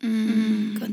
Contenido, Mm,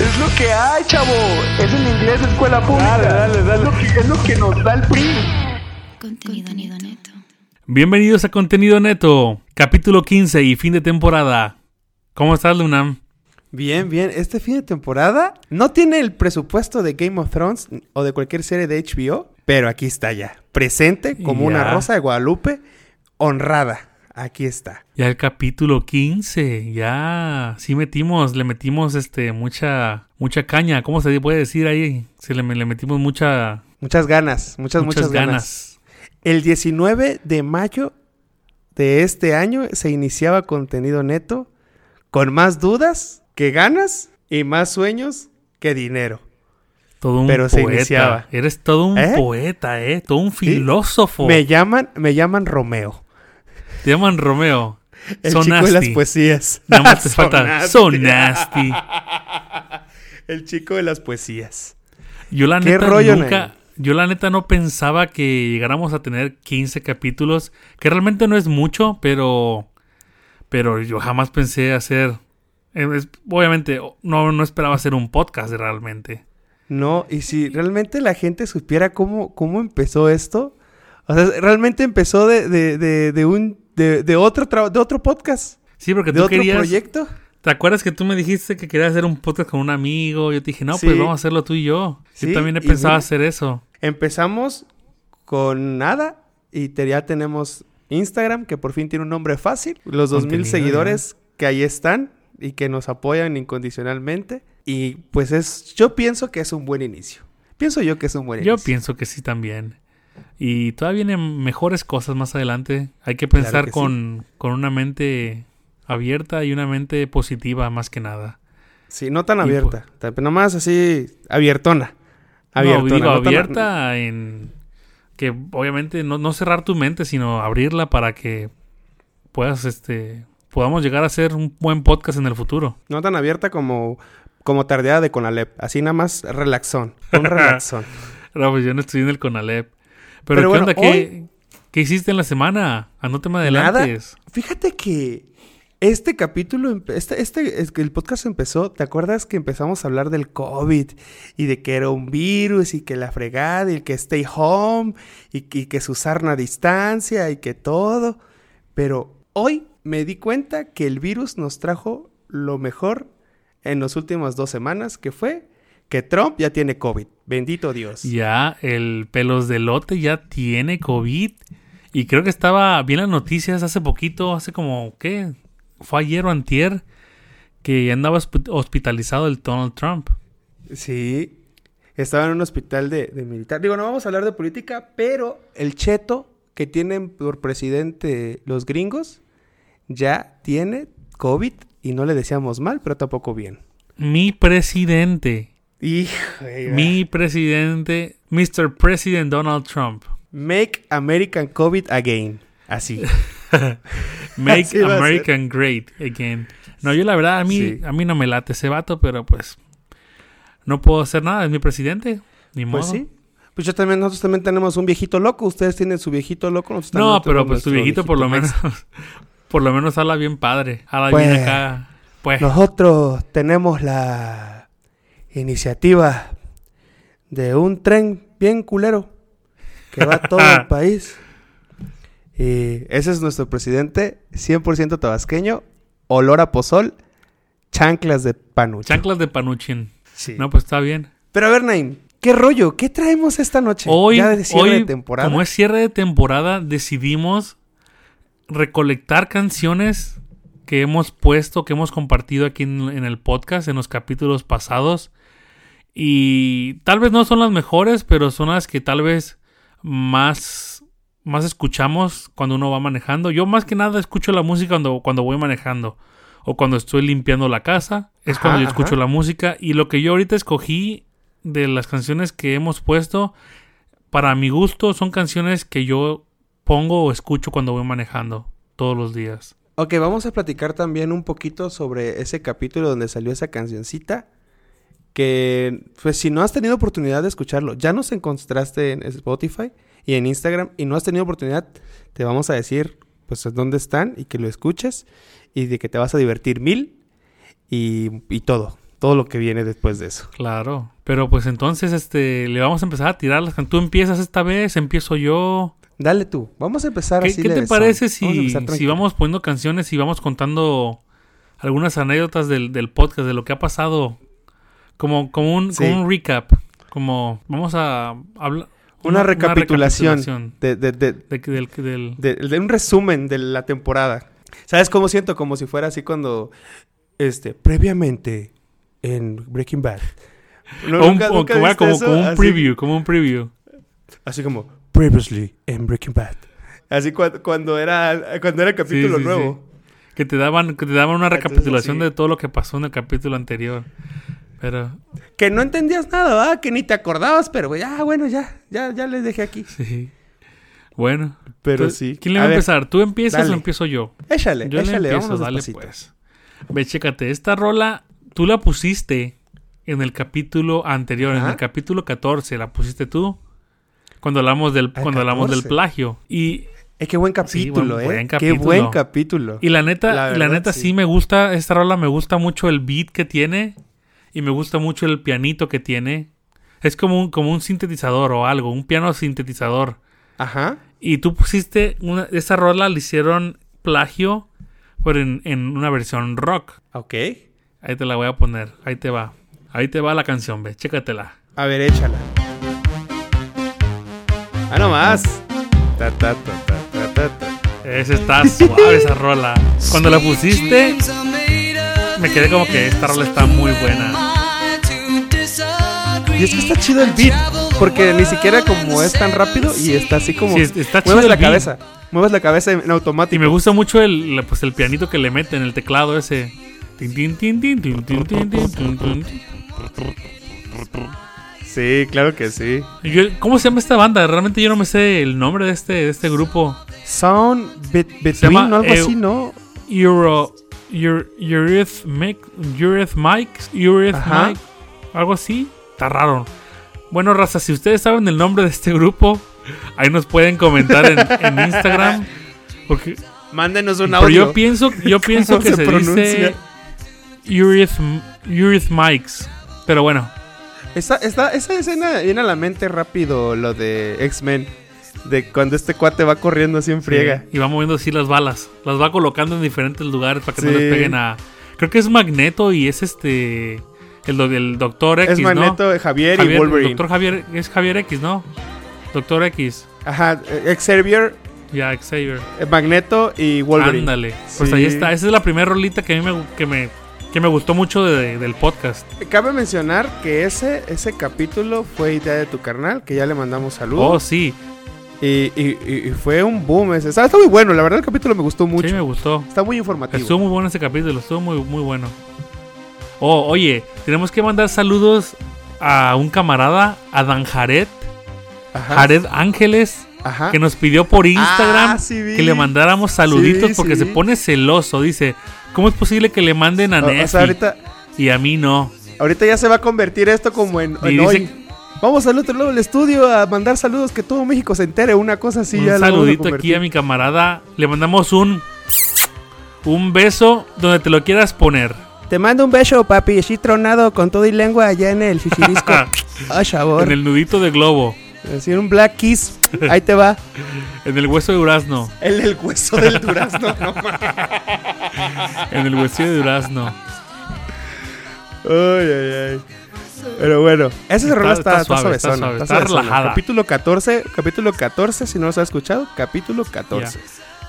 Es lo que hay, chavo. Es en inglés escuela pública. Dale, dale, dale. Es lo que, es lo que nos da el PRI. Contenido, neto. Bienvenidos a Contenido Neto, capítulo 15 y fin de temporada. ¿Cómo estás, Lunam? Bien, bien. Este fin de temporada no tiene el presupuesto de Game of Thrones o de cualquier serie de HBO, pero aquí está ya. Presente como una Ya. rosa de Guadalupe, honrada. Aquí está. Ya el capítulo 15, ya. Sí metimos, le metimos este mucha mucha caña, ¿cómo se puede decir ahí? Se le, le metimos mucha Muchas ganas, muchas, muchas, ganas. El 19 de mayo de este año se iniciaba contenido neto con más dudas que ganas y más sueños que dinero. Todo un Pero se poeta. iniciaba. Eres todo un ¿Eh? poeta, eh, todo un filósofo. Me llaman, me llaman Romeo. Te llaman Romeo. El chico de Sonaste. las poesías. Nada más te falta. Sonaste. Sonaste. El chico de las poesías. Yo la ¿Qué neta rollo, nunca, Nay? yo la neta no pensaba que llegáramos a tener 15 capítulos, que realmente no es mucho, pero pero yo jamás pensé hacer eh, es- obviamente o- no no esperaba hacer un podcast realmente. No, y si realmente la gente supiera cómo, cómo empezó esto, o sea, realmente empezó de, de, de, de un de, de otro tra- de otro podcast, Sí, porque de tú otro querías proyecto. ¿Te acuerdas que tú me dijiste que querías hacer un podcast con un amigo? Yo te dije, "No, Sí. pues vamos a hacerlo tú y yo." Sí, yo también he y pensado mira- hacer eso. Empezamos con nada y te- ya tenemos Instagram, que por fin tiene un nombre fácil. Los 2000 Contenido, seguidores que ahí están y que nos apoyan incondicionalmente. Y pues es, yo pienso que es un buen inicio. Pienso yo que es un buen Yo inicio. pienso que sí también. Y todavía vienen mejores cosas más adelante. Hay que pensar que sí. con, con una mente abierta y una mente positiva más que nada. Sí, no tan Y pues- abierta. tan- Nomás así, abiertona. Abiertona. no, digo, no tan- abierta en que obviamente no, no cerrar tu mente, sino abrirla para que puedas, este, podamos llegar a hacer un buen podcast en el futuro. No tan abierta como, como tardeada de Conalep. Así nada más relaxón. Un relaxón. No, pues yo no estoy en el Conalep. Pero Pero, ¿qué bueno, onda? ¿Qué, qué hiciste en la semana? Ah, no te me adelantes. Fíjate que este capítulo, empe- este, este, es que el podcast empezó, ¿te acuerdas que empezamos a hablar del COVID y de que era un virus y que la fregada y que stay home y, que- y que su sarna a distancia y que todo? Pero hoy me di cuenta que el virus nos trajo lo mejor en las últimas dos semanas, que fue que Trump ya tiene COVID. Bendito Dios. Ya el pelos de lote ya tiene COVID. Y creo que estaba bien las noticias hace poquito, hace como, ¿qué? Fue ayer o antier que ya andaba hosp- hospitalizado el Donald Trump. Sí. Estaba en un hospital de, de militar. Digo, no vamos a hablar de política, pero el cheto que tienen por presidente los gringos ya tiene COVID y no le decíamos mal, pero tampoco bien. Mi presidente, Hijo, ahí va. mi presidente, Mr. President Donald Trump. Make American COVID again. Así. Make Así va a ser. American Great Again. No, yo la verdad, a mí, Sí. a mí no me late ese vato, pero pues no puedo hacer nada, es mi presidente. Ni modo. pues sí. Pues yo también, nosotros también tenemos un viejito loco. Ustedes tienen su viejito loco. nosotros también No, pero tenemos pues tu nuestro viejito por lo menos, mex. por lo menos habla bien padre. Habla Pues, bien acá. Pues, Nosotros tenemos la iniciativa de un tren bien culero que va a todo el país. Y ese es nuestro presidente, 100% tabasqueño, olor a pozol, chanclas de panucho. chanclas de panuchin. Sí. No, pues está bien. Pero a ver, Naim, ¿qué rollo? ¿Qué traemos esta noche? Hoy, ya de cierre hoy, de temporada. como es cierre de temporada, decidimos recolectar canciones que hemos puesto, que hemos compartido aquí en, en el podcast, en los capítulos pasados. Y tal vez no son las mejores, pero son las que tal vez más, más escuchamos cuando uno va manejando. Yo más que nada escucho la música cuando, cuando voy manejando o cuando estoy limpiando la casa. Es Ajá, cuando yo ajá. escucho la música. Y lo que yo ahorita escogí de las canciones que hemos puesto, para mi gusto, son canciones que yo pongo o escucho cuando voy manejando todos los días. Ok, vamos a platicar también un poquito sobre ese capítulo donde salió esa cancioncita. Que, pues, si no has tenido oportunidad de escucharlo, ya nos encontraste en Spotify y en Instagram y no has tenido oportunidad, te vamos a decir, pues, dónde están y que lo escuches y de que te vas a divertir mil y, y todo, todo lo que viene después de eso. Claro. Pero pues entonces, este, le vamos a empezar a tirar las can- Tú empiezas esta vez, empiezo yo. Dale tú, vamos a empezar ¿Qué, así. qué te levesón. parece Vamos a si si empezar vamos, tranquilo. poniendo canciones y vamos contando algunas anécdotas del, del podcast, de lo que ha pasado? Como, como, un, Sí. como un recap. Como vamos a hablar. Una, recapitulación, recapitulación de- de- de, de que- del- que del- de, de un resumen de la temporada. ¿Sabes cómo siento? Como si fuera así cuando, este, previamente en Breaking Bad. No, o un- nunca- o nunca que vaya viste como, eso, como un así- preview, como un preview. Así como, previously en Breaking Bad. Así cua- cuando era cuando era capítulo sí, nuevo. Ah, Que te daban, que te daban una Entonces, recapitulación sí. de todo lo que pasó en el capítulo anterior. Pero, Que no entendías nada, ¿verdad? Que ni te acordabas, pero ya, bueno, ya, ya, ya les dejé aquí. sí. Bueno. Pero Entonces, sí. ¿Quién le A va a ver, empezar? ¿Tú empiezas dale. o empiezo yo? Échale, Yo échale, le empiezo, vámonos dale despacito. pues. Ve, chécate, esta rola tú la pusiste en el capítulo anterior, en Ajá. el capítulo 14, la pusiste tú cuando hablamos del Ah, cuando hablamos del 14. plagio y Eh, qué buen Sí, buen- capítulo, ¿eh? buen Qué buen capítulo. capítulo. y la neta La y la verdad, neta sí. sí. me gusta esta rola, me gusta mucho el beat que tiene y me gusta mucho el pianito que tiene. Es como un como un sintetizador o algo, un piano sintetizador. Ajá. Y tú pusiste una, esa rola le hicieron plagio pero en, en una versión rock. Ok. Ahí te la voy a poner. Ahí te va. Ahí te va la canción, ve. Chécatela. A ver, échala. Ah, no más. Ta, ta, ta, ta, ta, ta, ta. Esa está suave esa rola. Cuando la pusiste, me quedé como que esta rola está muy buena. Y es que está chido el beat, porque ni siquiera como es tan rápido y está así como... Sí, es- está chido mueves el la beat. cabeza, mueves la cabeza en en Y automático. me gusta mucho el, la- pues, el pianito que le meten, el teclado ese. Tin, tin, tin, tin, tin, tin, tin, tin, tin, tin. Sí, claro que sí. Yo- ¿Cómo se llama esta banda? Realmente yo no me sé el nombre de este, de este grupo. Sound bet- Between llama, o algo eh, así, ¿no? Euro. Eur- Eurythmic. Eurythmic. Eurythmic. Ajá. Algo así. Está raro. Bueno, raza, si ustedes saben el nombre de este grupo, ahí nos pueden comentar en, en Instagram. Porque, Mándenos un pero yo pienso, yo pienso que se se, pronuncia? dice Eurythm- Eurythmics. Pero bueno, Esa, esa- esa escena viene a la mente rápido, lo de X-Men. De cuando este cuate va corriendo así en friega. Y va moviendo así las balas. Las va colocando en diferentes lugares para que Sí. no les peguen a. Creo que es Magneto y es este. El, do- el Doctor X. Es ¿no? Magneto, Javier, y Javier- Wolverine. Doctor Javier, es Javier X, ¿no? Doctor X. Ajá, eh, Xavier, Ya, Xavier. eh, Magneto y Wolverine. Ándale. Pues Sí. ahí está. Esa es la primera rolita que a mí me, que me, que me gustó mucho de- del podcast. Cabe mencionar que ese, ese capítulo fue idea de tu carnal, que ya le mandamos Oh, saludos. sí. Y, y- y- y fue un boom ese. Está, está muy bueno, la verdad el capítulo me gustó mucho. Sí, me gustó. Está muy informativo. Estuvo muy bueno ese capítulo. Estuvo muy, muy bueno. Oh, oye. Tenemos que mandar saludos a un camarada, a Dan Jared. Ajá. Jared Ángeles. Ajá. que nos pidió por Instagram Ah, sí vi. que le mandáramos saluditos Sí, porque sí se vi. pone celoso. Dice, ¿cómo es posible que le manden a O- o Nefi sea, ahorita, y a mí no? ahorita ya se va a convertir esto como en, Y en dice- hoy. Vamos al otro lado del estudio a mandar saludos que todo México se entere, una cosa así. ya un la vamos a saludito aquí convertir. a mi camarada. Le mandamos un un beso donde te lo quieras poner. Te mando un beso, papi. Estoy tronado con todo y lengua allá en el chichirisco. Ay, sabor. en el nudito de globo, Decir un black kiss. Ahí te va. en el hueso de durazno, El del hueso del durazno, no mames. en el hueso de durazno. Ay, ay, ay. Pero bueno, esa Está- rola está está, está, suave, está suavezona, suave, está está suavezona. relajada. Capítulo 14, capítulo 14, si no los has escuchado, capítulo 14.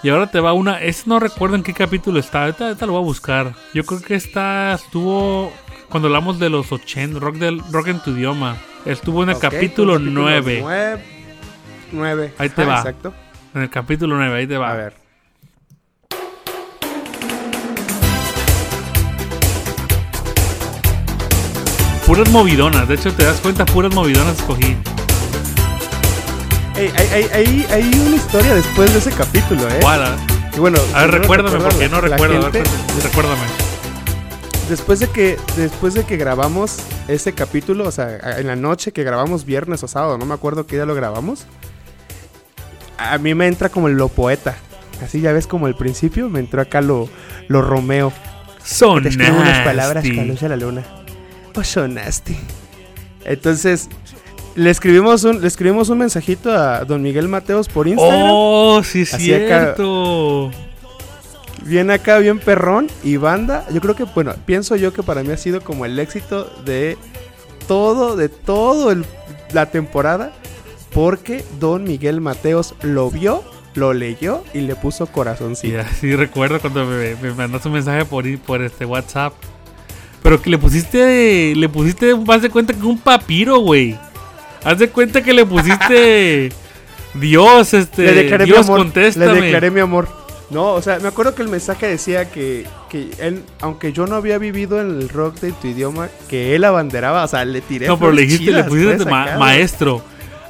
Y ahora te va una, es no recuerdo en qué capítulo está, ahorita, ahorita lo voy a buscar. Yo creo que esta estuvo cuando hablamos de los 80, rock del rock en tu idioma. Estuvo en el Ok, capítulo capítulo 9. 9. 9. Ahí te Ajá, va. Exacto. En el capítulo 9, ahí te va. A ver. puras movidonas. De hecho, te das cuenta, puras movidonas escogí. ¿Eh? Ey, hay, hay, hay, hay una historia después de ese capítulo, ¿eh? Guada. Y bueno, A primero ver, recuérdame, recordar porque la- no la recuerdo. A ver, gente- cuéntame, recuérdame. después de que después de que grabamos ese capítulo, o sea, a- en la noche que grabamos viernes o sábado, no me acuerdo qué día lo grabamos. A mí me entra como lo poeta. Así ya ves como al principio me entró acá lo, lo Romeo. Son Te escribo unas palabras Oh, nasty. con la luz de la luna. Oh, sonaste. Entonces, le escribimos un, le escribimos un mensajito a don Miguel Mateos por Instagram. Oh, sí es Así acá- cierto. Bien acá, bien perrón y banda. Yo creo que, bueno, pienso yo que para mí ha sido como el éxito de todo, de todo el- la temporada. Porque Don Miguel Mateos lo vio, lo leyó y le puso Sí, corazoncito. sí, recuerdo cuando me, me mandaste un mensaje por, i- por este WhatsApp. Pero que le pusiste, le pusiste, haz de cuenta que un papiro, güey. Haz de cuenta que le pusiste Dios, este, le declaré Dios mi amor. contéstame. Le declaré mi amor. No, o sea, me acuerdo que el mensaje decía que, que él, aunque yo no había vivido en el rock de tu idioma, que él abanderaba, o sea, le tiré. no, pero le flores dijiste, chidas, le pusiste pues, ma- acá, ¿no? maestro,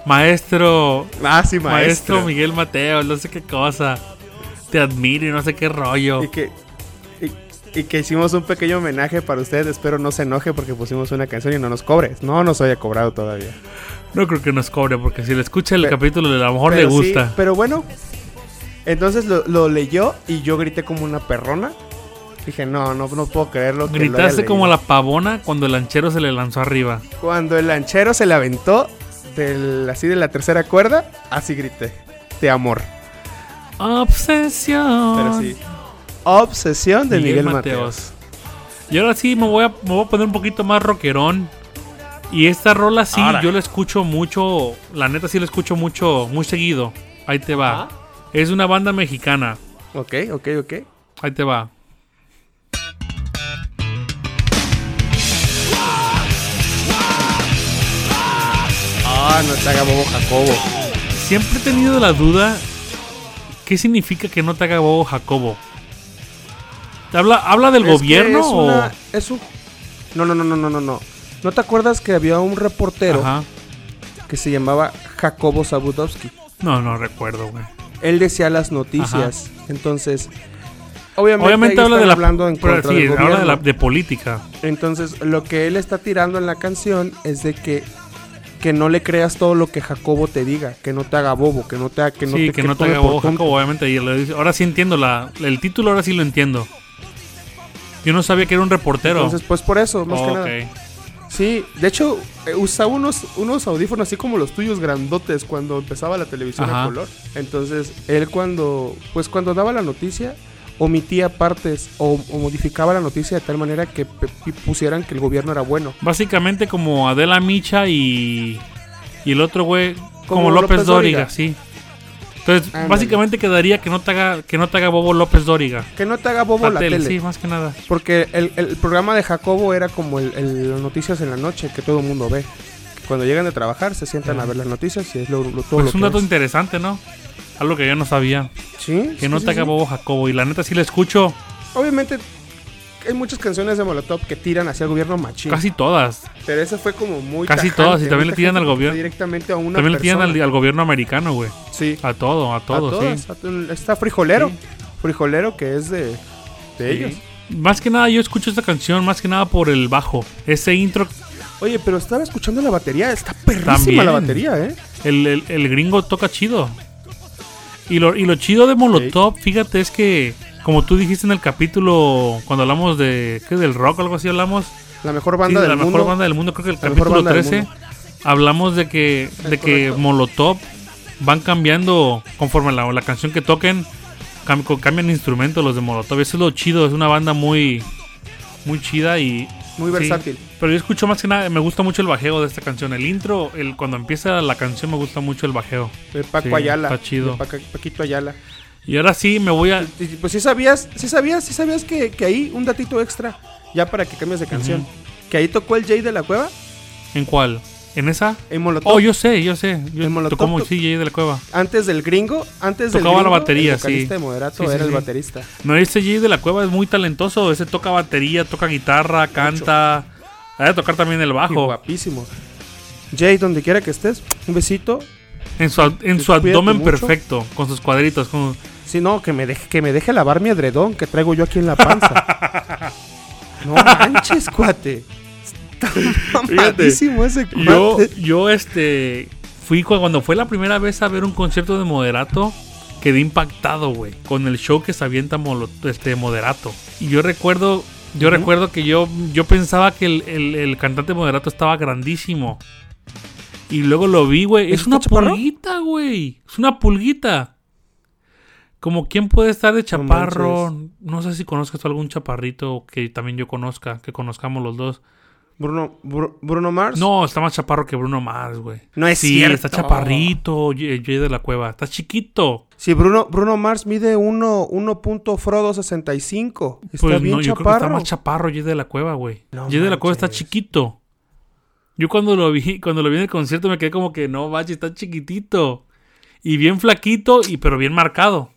maestro, Ah, sí, maestro. maestro Miguel Mateo, no sé qué cosa. Te admiro y no sé qué rollo. Y que, y, y que hicimos un pequeño homenaje para ustedes. Espero no se enoje porque pusimos una canción y no nos cobres. No nos haya cobrado todavía. No creo que nos cobre, porque si le escucha el Pe- capítulo, a lo mejor le Pero sí, gusta. pero bueno, entonces lo, lo leyó y yo grité como una perrona. Dije, no, no, no puedo creerlo. que lo haya Gritaste leído". como la pavona cuando el lanchero se le lanzó arriba. Cuando el lanchero se le aventó del, así de la tercera cuerda, así grité. Te amor. Obsesión. Pero sí. Obsesión de Miguel, Ah. Miguel Mateos. Y ahora sí me voy a, me voy a poner un poquito más rockerón. Y esta rola sí, Ahora. yo la escucho mucho. La neta sí la escucho mucho, muy seguido. Ahí te va. Es una banda mexicana. Ok, ok, ok. Ahí te va. Ah, no te haga bobo Jacobo. Siempre he tenido la duda. ¿Qué significa que no te haga bobo Jacobo? ¿Te habla, habla del Es que gobierno es o.? una- es un- No, no, no, no, no, no, no. ¿No te acuerdas que había un reportero Ajá. que se llamaba Jacobo Zabudowski? No, no recuerdo, güey. Él decía las noticias. Entonces, obviamente, Obviamente ahí habla de están la. hablando en pero contra sí, del habla de, la- gobierno. de política. Entonces, lo que él está tirando en la canción es de que que no le creas todo lo que Jacobo te diga, que no te haga bobo, que no te haga que no sí, te, que no te tome haga por bobo, tonto. Jacobo, obviamente. y le dice- ahora sí entiendo la, el título, ahora sí lo entiendo. Yo no sabía que era un reportero. Entonces, pues por eso, más Oh, que nada. ok. Sí, de hecho, eh, usaba unos, unos audífonos así como los tuyos grandotes cuando empezaba la televisión a Ajá. color. Entonces, él cuando, pues cuando daba la noticia, omitía partes o, o modificaba la noticia de tal manera que pe- pi- pusieran que el gobierno era bueno. Básicamente como Adela Micha y, y el otro güey, como, Como López, López Dóriga, Dóriga. sí. Entonces, Ándale. básicamente quedaría que no te haga, que no te haga bobo López Dóriga. Que no te haga bobo La la, tele, tele. sí, más que nada. Porque el, el programa de Jacobo era como el, el- las noticias en la noche que todo el mundo ve. Cuando llegan de trabajar, se sientan a ver las noticias y es lo, lo- todo Pues lo es un que dato ves. interesante, ¿no? Algo que yo no sabía. Sí, Que sí, no sí, te haga sí. bobo Jacobo. Y la neta sí la escucho Obviamente, hay muchas canciones de Molotov que tiran hacia el gobierno machín. casi todas. Pero esa fue como muy. Casi tajante, todas, y muy también le tiran tajante, al gobierno. Directamente a una. También le tiran al, persona. al gobierno americano, güey. Sí, A todo, a a todo, sí. todas. a- Está Frijolero. Sí. Frijolero que es de, de ellos. Más que nada, yo escucho esta canción más que nada por el bajo. Ese intro, Oye, pero estaba escuchando la batería. Está perrísima También. la batería, ¿eh? el, el- el gringo toca chido. Y lo, y lo chido de Molotov, fíjate, es que, como tú dijiste en el capítulo, cuando hablamos de, ¿qué? Del rock o algo así hablamos. La mejor Sí, banda de del la mundo. mejor banda del mundo, creo que el La mejor capítulo banda del 13, mundo. hablamos de que, de que correcto. Molotov van cambiando conforme la, la canción que toquen, cam- co- cambian instrumentos los de Molotov. Eso es lo chido, es una banda muy, muy chida y... Muy sí. versátil. Pero yo escucho más que nada, me gusta mucho el bajeo de esta canción. El intro, el cuando empieza la canción me gusta mucho el bajeo. De Paco Sí, Ayala. está chido. de Paca- Paquito Ayala. Y ahora sí me voy a... Y, Pues sí sabías, sí sabías, sí sabías que, que ahí un datito extra. Ya para que cambies de canción. Que ahí tocó el Jay de la Cueva ¿En cuál? ¿En esa? en Molotov. Oh, yo sé, yo sé. Yo El Molotov tocó to- sí, Jay de la Cueva. Antes del gringo, antes del Tocaba la gringo, batería, el vocalista sí. de Moderato Sí, sí, era el sí. baterista. No, este Jay de la Cueva es muy talentoso. Ese toca batería, toca guitarra, canta, Ha de tocar también el Y bajo. guapísimo. Jay, donde quiera que estés, un besito. En su, ad- en Sí, su cuídate abdomen mucho. perfecto, con sus cuadritos. con- Si no, que me, deje, que me deje lavar mi edredón que traigo yo aquí en la panza. no manches, cuate. Está mamadísimo ese cuate. Yo, yo este, fui cu- cuando fue la primera vez a ver un concierto de Moderato, quedé impactado, güey, con el show que se avienta Molo- este, Moderato. Y yo recuerdo, yo recuerdo que yo, yo pensaba que el, el- el cantante Moderato estaba grandísimo. Y luego lo vi, güey. ¿Es Es una este chaparro? pulguita, güey. Es una pulguita. Como quién puede estar de chaparro. No sé si conozcas tú algún chaparrito que también yo conozca, que conozcamos los dos. Bruno, Bru- Bruno Mars. No, está más chaparro que Bruno Mars, güey. No es sí, cierto. está chaparrito, Jay Jay de la Cueva. Está chiquito. Si Bruno, Bruno Mars mide 1.frodo65. Está Pues bien no, yo creo que chaparro. está más chaparro Jay de la Cueva, güey. No Jay de la Cueva está manches. chiquito. Yo cuando lo vi, cuando lo vi en el concierto me quedé como que no, vaya, está chiquitito. Y bien flaquito, y pero bien marcado.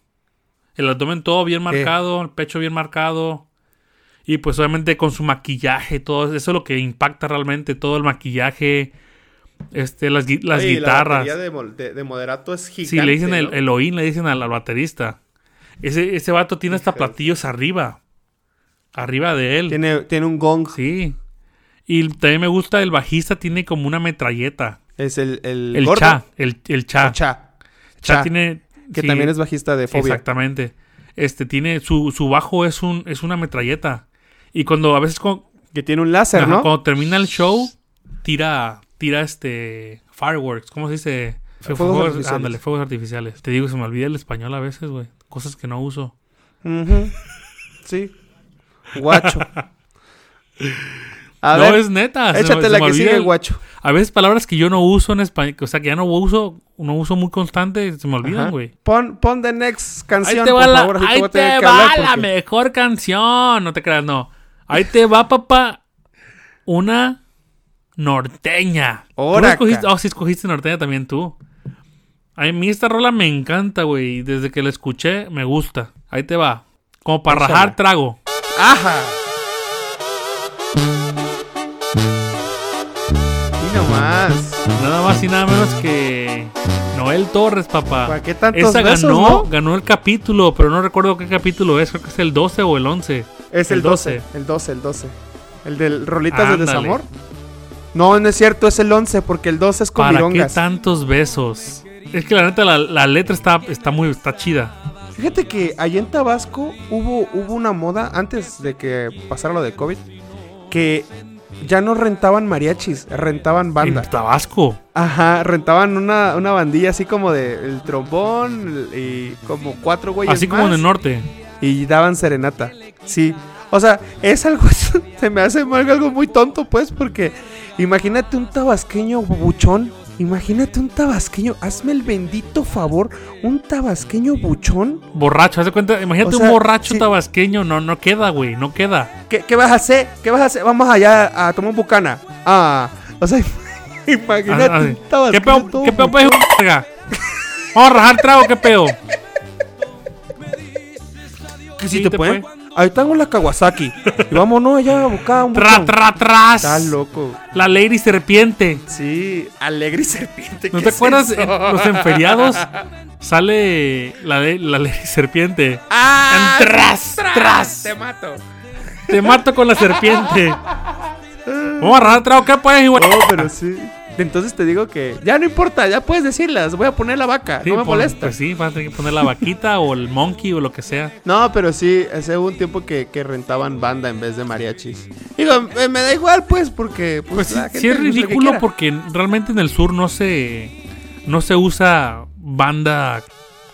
El abdomen todo Eh. bien marcado, el pecho bien marcado. Y pues obviamente con su maquillaje, todo eso es lo que impacta realmente, todo el maquillaje, este, las, gui- las Oye, y guitarras. batería de, mol- de- de moderato es Sí, le dicen el, ¿no? el oín, le dicen al, al baterista. Ese, ese vato tiene hasta platillos arriba. Arriba de él. Tiene, tiene un gong. Sí. Y también me gusta el bajista, tiene como una metralleta. Es el... El, El gordo. cha, el, el cha. Cha. Cha. Cha tiene. Que sí, también es bajista de Fobia. Exactamente. Este tiene. Su, su bajo es un, es una metralleta. Y cuando a veces cu- Que tiene un láser, ajá, ¿no? cuando termina el show, tira. Tira este. Fireworks. ¿Cómo se dice? Fuegos artificiales. Ándale, fuegos artificiales. Te digo, se me olvida el español a veces, güey. Cosas que no uso. Ujú. Sí. Guacho. A no, ver, es neta. se me- échate se la me que olvida sigue, el- guacho. A veces palabras que yo no uso en español, o sea, que ya no uso, no uso muy constante, se me Ajá. olvidan, güey. Pon, pon the next Ahí canción, te va por la, favor. así ahí voy a te tener que va hablar la porque- mejor canción. No te creas, no. Ahí te va, papá, una norteña. ¿Tú no Ora, escogiste? ca. Oh, sí, escogiste norteña también tú. A mí esta rola me encanta, güey. y Desde que la escuché, me gusta. Ahí te va. Como para Échala. rajar trago. ¡Ajá! Y nomás. Nada más y nada menos que Noel Torres, papá. ¿Para qué tantos Esa besos, ganó, no? ganó el capítulo, pero no recuerdo qué capítulo es, creo que es el 12 o el 11. Es el, El 12. 12. El 12, el 12. El del Rolitas del Ándale. Desamor. No, no es cierto, es el 11, porque el 12 es con ¿Para qué virongas. tantos besos? Es que la neta la, la letra está, está muy está chida. Fíjate que allá en Tabasco hubo, hubo una moda antes de que pasara lo de COVID que ya no rentaban mariachis, rentaban banda. En Tabasco. Ajá, rentaban una, una bandilla así como de el trombón y como cuatro güeyes Así como en más, el norte. y daban serenata. Sí. O sea, es algo se me hace algo, algo muy tonto pues porque imagínate un tabasqueño buchón, imagínate un tabasqueño, hazme el bendito favor, un tabasqueño buchón Borracho, haz de cuenta, imagínate O sea, un borracho sí. tabasqueño, no, no queda, güey, no queda. ¿Qué, qué vas a hacer? ¿Qué vas a hacer? Vamos allá a tomar un bucana. Ah, o sea, imagínate. Ah, ah, un tabasqueño ¿Qué peo, todo qué peo, pues, verga? Vamos a rajar trago, qué peo. bu- Que si sí, te te pueden. Ahí tengo la Kawasaki. Y vámonos allá a buscar un Tra, bucana. tra, tras. Está loco. La lady serpiente. Sí, alegre y serpiente. ¿No ¿qué te es acuerdas? eso? En los enferiados sale la, de, la ley serpiente. ¡Ah! En tras, tras. Te mato. Te mato con la serpiente. Vamos a rajar trago, ¿qué pues, puedes, güey? No, pero sí. Entonces te digo que ya no importa, ya puedes decirlas. Voy a poner la vaca, Ah, Sí, no me pon- molesta. Pues sí, vas a tener que poner la vaquita o el monkey o lo que sea. No, pero sí, hace un tiempo que, que rentaban banda en vez de mariachis. Digo, eh, me da igual, pues, porque. Pues Pues, sí, la gente sí es usa lo que ridículo quiera. porque realmente en el sur no se no se usa banda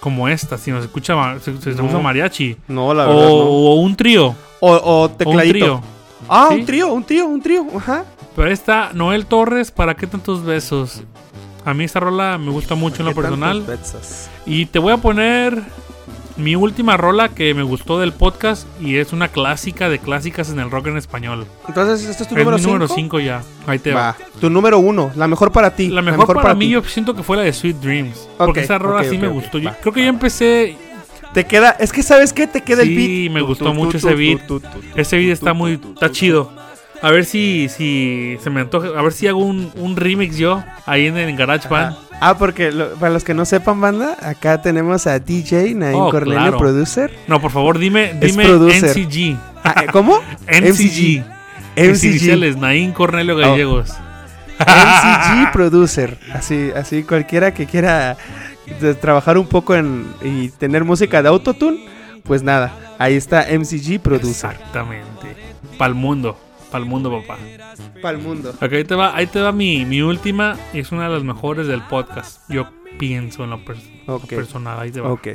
como esta, sino se escucha ma- se, se No. usa mariachi No, o, la verdad. no. o un trío, O, o o un tecladito. trío. ah, un Sí. trío, un trío, un trío. Ajá. Pero ahí está Noel Torres, ¿para qué tantos besos? A mí esta rola me gusta mucho en lo ¿Qué personal. tantos besos? Y te voy a poner mi última rola que me gustó del podcast y es una clásica de clásicas en el rock en español. Entonces, este es tu es mi número número 5. 5 ya. Ahí te va. Tu número uno, la mejor para ti. La mejor, para, mí ti. yo siento que fue la de Sweet Dreams. Ok, porque esa rola ok, sí ok, me ok, gustó. Yo va, creo que yo empecé... Te queda, es que sabes qué, te queda el Sí, beat. me gustó mucho ese beat. Ese video está muy... Está chido. A ver si, si se me antoja. A ver si hago un, un remix yo ahí en el GarageBand. Ah, porque lo- para los que no sepan, banda, acá tenemos a DJ Nain Oh, Cornelio, claro. producer. No, por favor, dime, Es dime producer. NCG. Ah, ¿Cómo? MCG. Mis MCG. iniciales, Naín Oh, Cornelio Gallegos. MCG producer. Así, así cualquiera que quiera de- trabajar un poco en y tener música de autotune, pues nada, ahí está MCG producer. Exactamente. Pa'l mundo. Pa'l mundo, papá. Para el mundo. Ok, ahí te va, ahí te va mi, mi última. y Es una de las mejores del podcast. Yo pienso en lo, pers- lo Ok. personal. Ahí te va. Ok.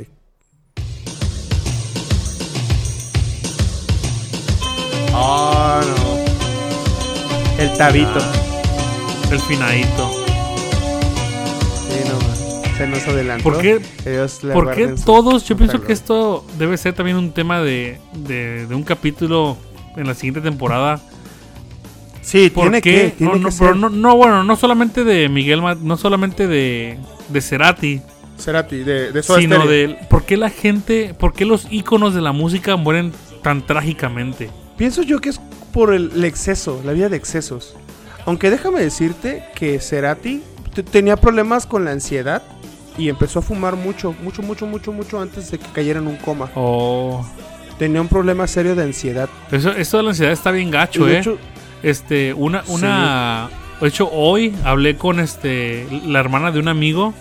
Oh, no. El tabito. Ah. El finadito. Sí, no, man. se nos adelantó. ¿Por qué, Que Dios le por guarde qué en su- todos? Yo pienso calor. que esto debe ser también un tema de, de, de un capítulo en la siguiente temporada. Sí, ¿Por tiene qué? que, tiene no, no, que pero ser. no, no, bueno, no solamente de Miguel, Ma- no solamente de, de Cerati, Cerati, de, de Soda sino Stereo. de por qué la gente, por qué los íconos de la música mueren tan trágicamente. Pienso yo que es por el, el exceso, la vida de excesos. Aunque déjame decirte que Cerati te- tenía problemas con la ansiedad y empezó a fumar mucho, mucho, mucho, mucho, mucho antes de que cayera en un coma. Oh, Tenía un problema serio de ansiedad. eso, esto de la ansiedad está bien Y gacho, de eh. hecho, Este, una, una. De hecho, hoy hablé con este. La hermana de un amigo.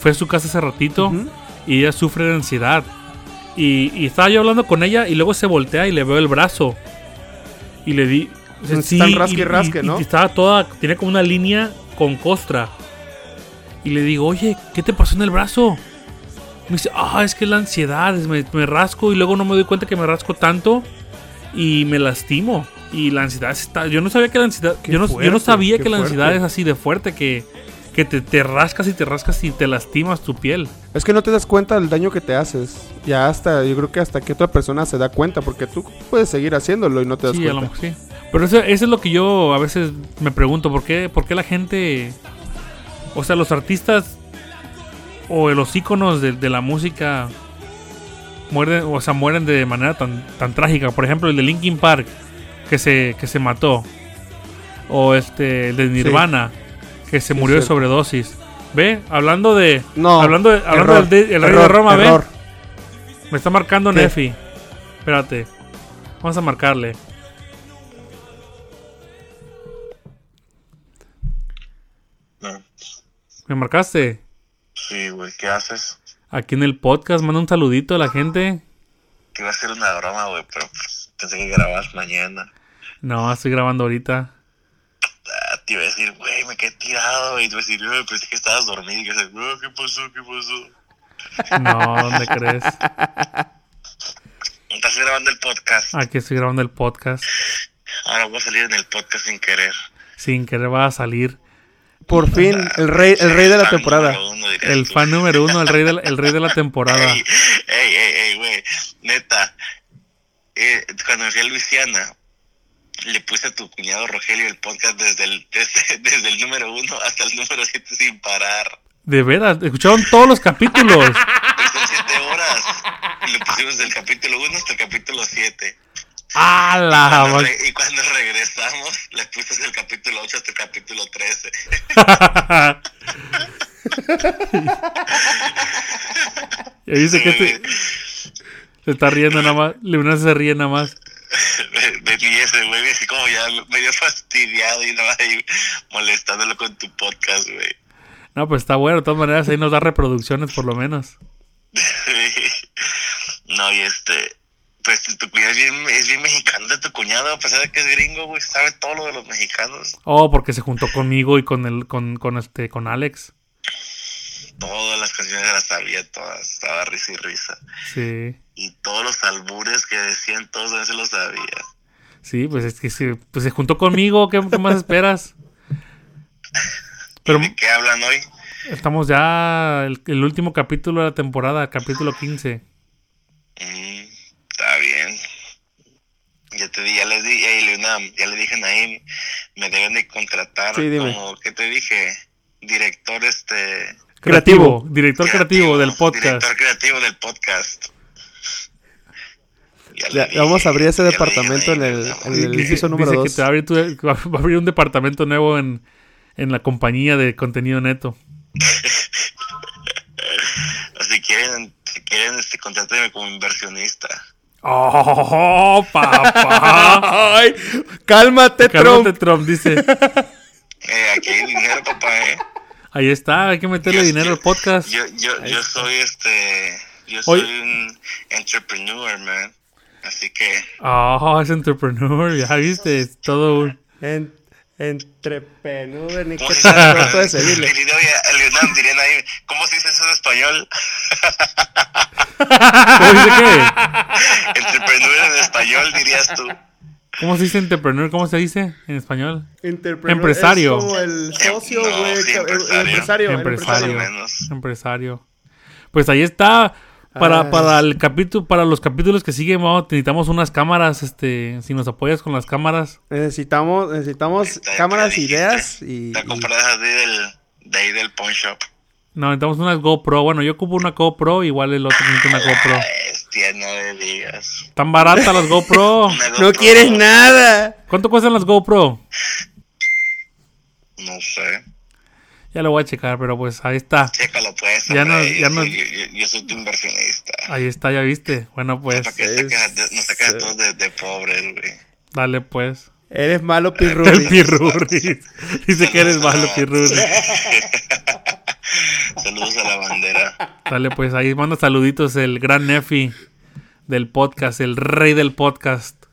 Fue a su casa hace ratito. Ujú. Y ella sufre de ansiedad. Y, y estaba yo hablando con ella. Y luego se voltea y le veo el brazo. Y le di. Están rasque y rasque, ¿no? y estaba toda. Tiene como una línea con costra. Y le digo, oye, ¿qué te pasó en el brazo? Me dice, ah, es que es la ansiedad, es- me, me rasco y luego no me doy cuenta que me rasco tanto y me lastimo. Y la ansiedad está. Yo no sabía que la ansiedad. Qué Yo no, yo no fuerte, sabía qué que la ansiedad fuerte. es así de fuerte, que, que te, te rascas y te rascas y te lastimas tu piel. es que no te das cuenta del daño que te haces. Ya hasta, yo creo que hasta que otra persona se da cuenta, porque tú puedes seguir haciéndolo y no te das Sí, a lo cuenta. mejor sí. Pero eso, eso es lo que yo a veces me pregunto, ¿por qué, por qué la gente, o sea, los artistas o los íconos de, de la música mueren, o sea, mueren de manera tan, tan trágica? Por ejemplo, el de Linkin Park, que se, que se mató, o este, el de Nirvana, que Sí, se murió de cierto. sobredosis. ¿Ve? Hablando de... No, hablando de, hablando error, del de- el rey de error, Roma, ¿ve? error. Me está marcando ¿Qué? Nefi. Espérate. Vamos a marcarle. No, ¿Me marcaste? Sí, güey, ¿qué haces? Aquí en el podcast, manda un saludito a la gente. Que iba a ser una broma, güey, pero pues, pensé que grababas mañana. No, estoy grabando ahorita. Ah, te iba a decir, güey, me quedé tirado. Y te iba a decir, güey, pensé que estabas dormido. Y que decir, güey, ¿qué pasó? ¿Qué pasó? No, ¿dónde crees? Estás grabando el podcast. Aquí estoy grabando el podcast. Ahora voy a salir en el podcast sin querer. Ah, Sin querer va a salir Por fin, el rey, el rey de la Fan temporada. número uno, dirías el tú. fan número uno, el rey de la, el rey de la temporada. Ey, ey, ey, ey, güey, neta. eh, cuando fui a Luisiana, le puse a tu cuñado Rogelio el podcast desde el, desde, desde el número uno hasta el número siete sin parar. De veras, escucharon todos los capítulos. Pues son siete horas. Y lo pusimos del capítulo 1 hasta el capítulo 7. ¡A la ma- y cuando regresamos, le puse del capítulo 8 hasta el capítulo 13. Y dice que este- se está riendo nada más. Luna se ríe nada más. De ti ese, güey, así como ya medio fastidiado y nada más ahí molestándolo con tu podcast, güey. No, pues está bueno. De todas maneras, ahí nos da reproducciones por lo menos. No, y este, pues tu- tu cuñado es bien, es bien mexicano de tu cuñado, a pesar de que es gringo, güey, sabe todo lo de los mexicanos. Oh, porque se juntó conmigo y con el, con, con este, con Alex. Todas las canciones las sabía todas, estaba risa y risa. Sí. Y todos los albures que decían, todos también se los sabía. Sí, pues es que se, pues se juntó conmigo, ¿qué, qué más esperas? Pero ¿De qué hablan hoy? estamos ya el, el último capítulo de la temporada, capítulo 15. Mm, está bien. Ya te di, ya les di, ey, Leonam, ya le dije a Naim, me deben de contratar Sí, dime. como, ¿qué te dije? Director este... Creativo. Director creativo del podcast. Director creativo del podcast. Ya le Ya, dije, vamos a abrir ese ya le departamento en dije, el, no, en el piso número Dice 2. que te va a abrir, tu- va a abrir un departamento nuevo en, en la compañía de contenido neto. Si quieren, si quieren, este, contáctenme como inversionista. ¡Oh, papá! ¡Ay! ¡Cálmate, Cálmate, Trump! Trump, dice. Eh, aquí hay dinero, papá, eh. Ahí está, hay que meterle Yo- dinero yo- al podcast. Yo, yo, Ahí yo está. soy este. Yo soy Oye. un entrepreneur, man. Así que. Oh, es entrepreneur, ya viste, es todo un... En, entrepenudo, ni ¿Cómo qué se dice? tal trato de seguirle. Diría, oye, el Hernán, dirían ahí, ¿cómo se dice eso en español? ¿Cómo dice qué? Entrepreneur en español, dirías tú. ¿Cómo se dice entrepreneur? ¿Cómo se dice en español? Entrepreneur Empresario. Es como el socio, No, güey. sí, ca- el- el empresario. empresario. el Empresario. empresario. menos. Empresario. Pues ahí está. Para, Ah. para el capítulo, para los capítulos que siguen, vamos, necesitamos unas cámaras, este, si nos apoyas con las cámaras. Necesitamos, necesitamos Está- cámaras, ya dijiste. ideas y, La y- comprarás así del, de ahí del pawn shop. No, necesitamos unas GoPro. Bueno, yo ocupo una GoPro, igual el otro necesita una GoPro. Bestia, no le digas. Tan baratas las GoPro. Una ¡No GoPro, quieres nada! ¿Cuánto cuestan las GoPro? No sé. Ya lo voy a checar, pero pues ahí está. Chécalo, pues. Ya hombre, no- yo, ya soy, no- yo, yo- yo soy tu inversionista. Ahí está, ya viste. Bueno, Para pues, que es- saquen a- de- nos saquen a todos de, de pobres, güey. dale pues. Eres malo, El Pirruri. Pirurris. Dice que eres malo, Pirurris. Saludos a la bandera. Dale, pues ahí manda saluditos el gran Nefi del podcast, el rey del podcast.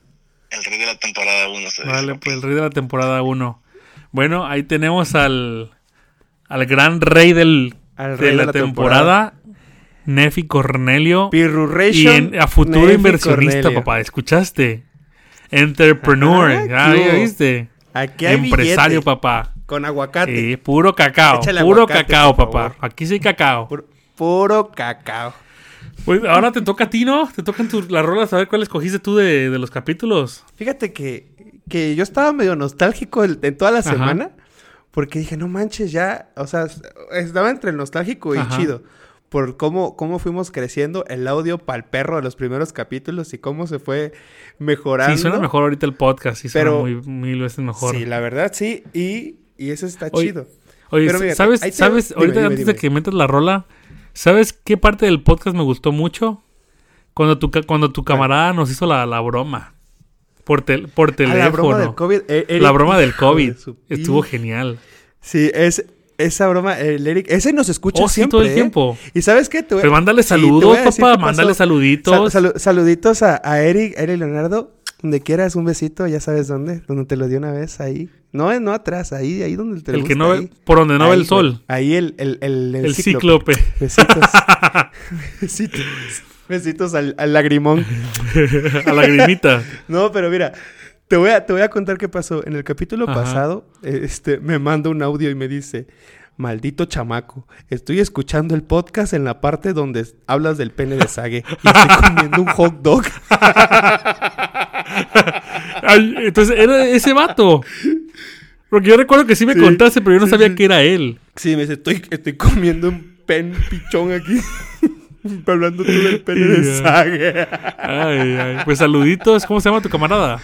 El rey de la temporada 1 se dice. Dale, pues el rey de la temporada 1. Bueno, ahí tenemos al, al gran rey, del, Al de, rey la temporada, Nefi Cornelio. Y Pirruration. en- a futuro Nefi inversionista, Cornelio. papá, ¿escuchaste? Entrepreneur, Ah, ya, ¿qué ya hubo? viste. Aquí hay Empresario, billete. papá. Con aguacate. Sí, puro cacao, Échale puro aguacate, cacao, por papá. favor. Aquí sí hay cacao. Puro, puro cacao. Pues ahora te toca a ti, ¿no? Te tocan tus, las rolas a ver cuál escogiste tú de, de los capítulos. Fíjate que, que yo estaba medio nostálgico el- en toda la Ajá. semana. Porque dije, no manches, ya. O sea, s- estaba entre nostálgico y Ajá. chido. Por cómo, cómo fuimos creciendo el audio pa'l perro de los primeros capítulos y cómo se fue mejorando. Sí, suena mejor ahorita el podcast. Sí, Pero- suena muy, mil veces mejor. Sí, la verdad, sí. Y, y eso está Oye, chido. Oye, Pero mira, ¿sabes? ahí te- ¿sabes? dime, ahorita dime, antes de dime. que metas la rola, ¿sabes qué parte del podcast me gustó mucho? Cuando tu, ca- cuando tu camarada nos hizo la, la broma. Por, tel- por Ah, teléfono. la broma del COVID. eh, Eric- La broma del hijo de COVID. su pin- Estuvo genial. Sí, es, esa broma, el Eric, ese nos escucha Oh, sí, siempre. todo el ¿eh? tiempo. Y sabes qué, te voy- Pues mándale sí, te saludos, voy a decir papá, qué pasó. mándale saluditos. Sal- salu- saluditos a, a Eric, Eric Leonardo, donde quieras, un besito, ya sabes dónde, donde te lo dio una vez, ahí. No, eh, no atrás, ahí, ahí donde te lo El que gusta, no ve, ahí. por donde no ve Ahí, el sol. Ahí el, el, el, el El cíclope. cíclope. Besitos. besitos. Besitos al, al lagrimón. a la grimita. No, pero mira, te voy a, te voy a contar qué pasó. En el capítulo Ajá. pasado, este, me manda un audio y me dice, maldito chamaco, estoy escuchando el podcast en la parte donde hablas del pene de Sage y estoy comiendo un hot dog. Ay, entonces era ese vato. Porque yo recuerdo que sí me Sí, contaste, pero yo no sí, sabía sí. que era él. Sí, me dice, estoy, estoy comiendo un pen pichón aquí. Hablando tú del pene de Ya. Sage. Ay, ay. Pues saluditos. ¿Cómo se llama tu camarada?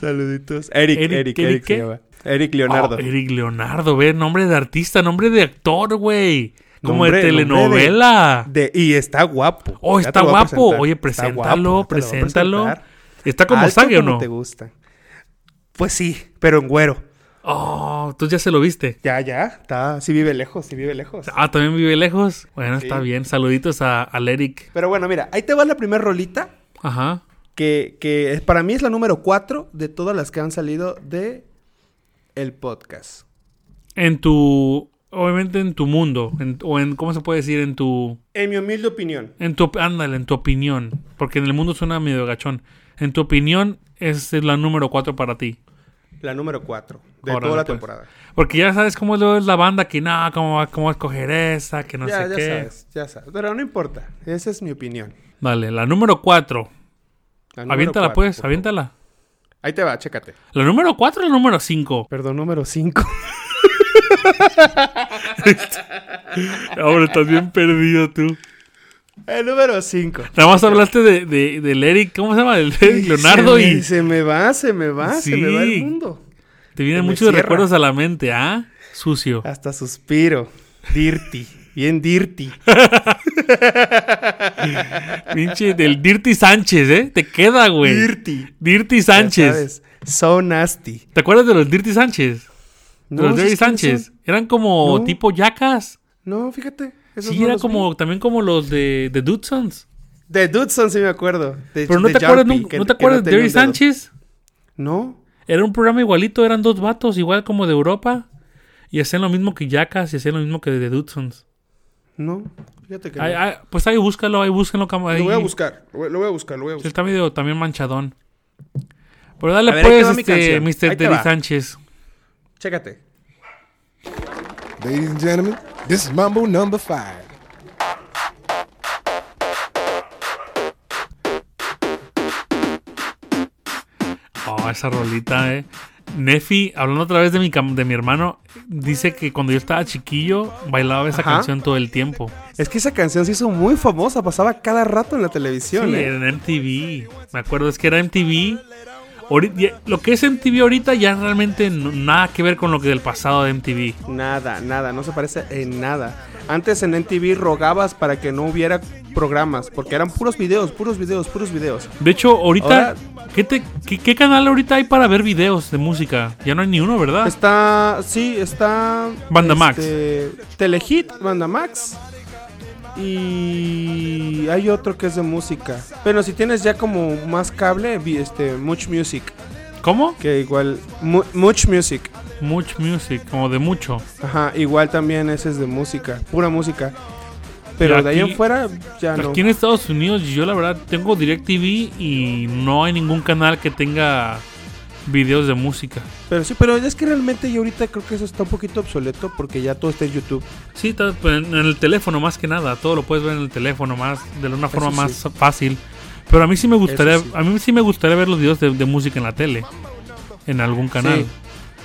Saluditos. Eric, Eric, Eric, Eric, ¿Eric se qué? llama. Eric Leonardo. Oh, Eric Leonardo, ve, nombre de artista, nombre de actor, güey. Como Nombre- de telenovela. nombre de- de- y está guapo. Oh, Ya está te lo voy a guapo. presentar. Oye, Está guapo, preséntalo, ya te lo voy a preséntalo. presentar. ¿Está como Alto Sage o como no? te gusta. Pues sí, pero en güero. Oh, tú ya se lo viste. Ya, ya. Está, sí vive lejos, sí vive lejos. Ah, también vive lejos. Bueno, está bien. Saluditos a, al Eric. Pero bueno, mira, ahí te va la primera rolita. Ajá. Que, que es- para mí es la número 4 de todas las que han salido de el podcast. En tu. Obviamente en tu mundo. en- o en. ¿Cómo se puede decir? En tu. En mi humilde opinión. En tu, op- ándale, en tu opinión, porque en el mundo suena medio gachón. En tu opinión, es la número 4 para ti. La número 4 de Órale, toda la pues. temporada. Porque ya sabes cómo luego es la banda que no, cómo va, cómo va a escoger esa, que no ya, sé ya qué. sabes, ya sabes. Pero no importa. Esa es mi opinión. Dale, la número 4. La número Aviéntala cuatro, por pues, favor. aviéntala. Ahí te va, chécate. La número 4 o la número 5. Perdón, número 5. Ahora estás bien perdido tú. El número 5. Nada más hablaste de, de- del Eric, ¿cómo se llama? El Eric Leonardo se me, y Se me va, se me va, se me va Sí. el mundo. te vienen me muchos cierra. recuerdos a la mente, ¿ah? Sucio. Hasta suspiro. Dirty. Bien dirty. Pinche del Dirty Sánchez, ¿eh? Te queda, güey. Dirty. Dirty Ya Sánchez. sabes, So nasty. ¿Te acuerdas de los Dirty Sánchez? De los ¿sí es Dirty que Sánchez. son? Eran como No. tipo yacas. No, fíjate. esos Sí, no era los como, vi. también como los de, de Dudsons. De Dudson sí me acuerdo. De- Pero no de te acuerdas, Jarpy, nun- que- ¿no que te acuerdas de tenía un Dirty dedo. Sánchez? No. Era un programa igualito, eran dos vatos, igual como de Europa. Y hacían lo mismo que Jackass y hacían lo mismo que de Dudsons. No, fíjate que Ay, no. ay, pues ahí búscalo, ahí búscalo. cam- Ahí. Lo voy a buscar, lo voy lo voy a buscar, lo voy a Sí, buscar. Está medio también manchadón. Pero dale A ver, ahí te pues, va mi este, canción. Mr. Ahí te Dirty va. Sánchez. Chécate. Ladies and gentlemen, this is Mumble number five. Oh, esa rolita, eh. Nefi, hablando otra vez de mi, cam- de mi hermano, dice que cuando yo estaba chiquillo bailaba esa Ajá. canción todo el tiempo. Es que esa canción se hizo muy famosa, pasaba cada rato en la Sí, televisión. ¿eh? en MTV. Me acuerdo, es que era MTV. Ahori- ya- Lo que es MTV ahorita ya realmente no- nada que ver con lo que del pasado de MTV. Nada, nada, no se parece en nada. Antes en NTV rogabas para que no hubiera programas, porque eran puros videos, puros videos, puros videos. De hecho, ahorita, Ahora- ¿qué, te- qué- qué canal ahorita hay para ver videos de música? Ya no hay ni uno, ¿verdad? Está, sí, está... Bandamax. Max. Telehit, Bandamax. Y hay otro que es de música. Pero si tienes ya como más cable, vi- este, Much Music, ¿Cómo? que igual... Mu- Much Music. Much Music, como de mucho. Ajá, igual también ese es de música, pura música. Pero Y de ahí aquí- en fuera ya no. Aquí en Estados Unidos yo la verdad tengo DirecTV y no hay ningún canal que tenga videos de música. Pero sí, pero es que realmente yo ahorita creo que eso está un poquito obsoleto porque ya todo está en YouTube. Sí, ta- en en el teléfono más que nada, todo lo puedes ver en el teléfono más de una forma sí. más fácil. Pero a mí sí me gustaría, sí. a mí sí me gustaría ver los videos de, de música en la tele, en algún canal. Sí.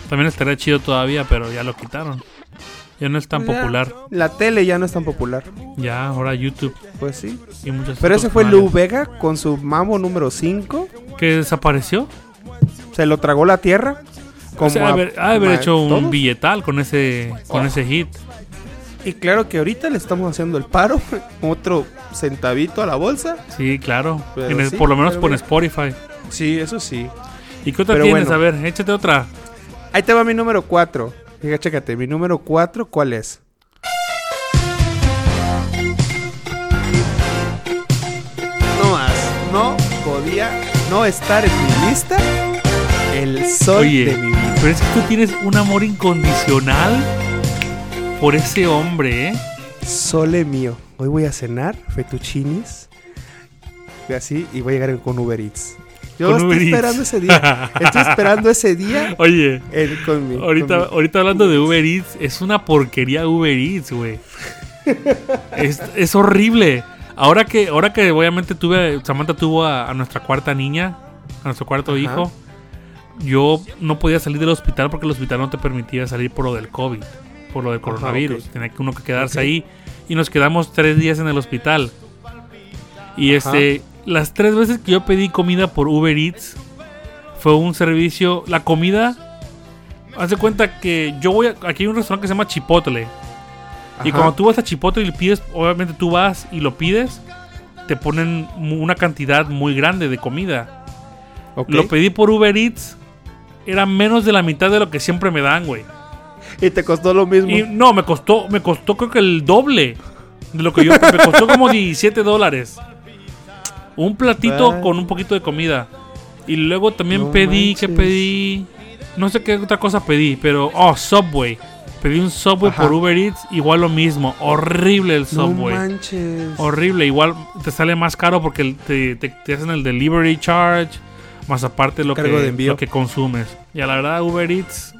También estaría chido todavía, pero ya lo quitaron. Ya no es tan popular. La tele ya no es tan popular. Ya ahora YouTube Pues sí. y muchas. Pero otros ese fue canales. Lou Vega con su mambo número 5. que desapareció. Se lo tragó la tierra. Como O sea, a- haber, Pues, ha de haber ma- hecho un todos. billetal con ese, con ese hit. Y claro que ahorita le estamos haciendo el paro. Otro centavito a la bolsa. Sí, claro. Pero En el- sí, por lo menos pero por mira. Spotify. Sí, eso sí. ¿Y qué otra Pero tienes? bueno. A ver, échate otra. Ahí te va mi número 4. Fíjate, chécate. Mi número 4, ¿cuál es? No más. No podía no estar en mi lista el sol Oye, de mi vida. pero es que tú tienes un amor incondicional por ese hombre, ¿eh? Sole mío. Hoy voy a cenar fettuccinis. Y así, y voy a llegar con Uber Eats. Yo Con estoy Uber Eats. esperando ese día. Estoy esperando ese día. Oye, el- con mi- con ahorita, mi- ahorita hablando de Uber Eats, es una porquería Uber Eats, güey. es, es horrible. Ahora que, ahora que obviamente tuve, Samantha tuvo a, a nuestra cuarta niña, a nuestro cuarto Ajá. hijo, yo no podía salir del hospital porque el hospital no te permitía salir por lo del COVID, por lo del coronavirus. ok. Tenía que uno que quedarse ahí y nos quedamos tres días en el hospital. Y Ajá. este, las tres veces que yo pedí comida por Uber Eats, fue un servicio, la comida, haz de cuenta que yo voy, a, aquí hay un restaurante que se llama Chipotle. Y Ajá. cuando tú vas a Chipotle y le pides, obviamente tú vas y lo pides, te ponen mu- una cantidad muy grande de comida. Ok. Lo pedí por Uber Eats, era menos de la mitad de lo que siempre me dan, güey. Y te costó lo mismo. Y no, me costó, me costó creo que el doble de lo que yo, me costó como 17 dólares. Un platito Vale. con un poquito de comida. Y luego también No pedí, que manches. pedí, no sé qué otra cosa pedí, pero, oh, Subway. Pedí un Subway Ajá. por Uber Eats, igual lo mismo, horrible el no Subway. manches. Horrible, igual te sale más caro porque el- te, te- te hacen el delivery charge, más aparte lo que, Cargo de envío. lo que consumes. Y a la verdad, Uber Eats,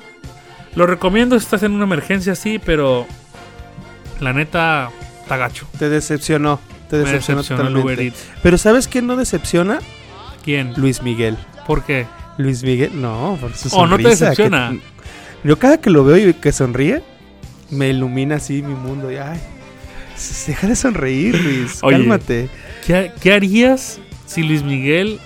lo recomiendo si estás en una emergencia, sí, pero la neta, está gacho. Te decepcionó. Te Me decepcionó, decepcionó el totalmente. Uber Eats. Pero ¿sabes quién no decepciona? ¿Quién? Luis Miguel. ¿Por qué? Luis Miguel, no, por su Oh, ¿no te sonrisa, decepciona? que- yo cada que lo veo y que sonríe, me ilumina así mi mundo. Y, ay, Deja de sonreír, Luis. Oye. Cálmate. ¿Qué, qué harías si Luis Miguel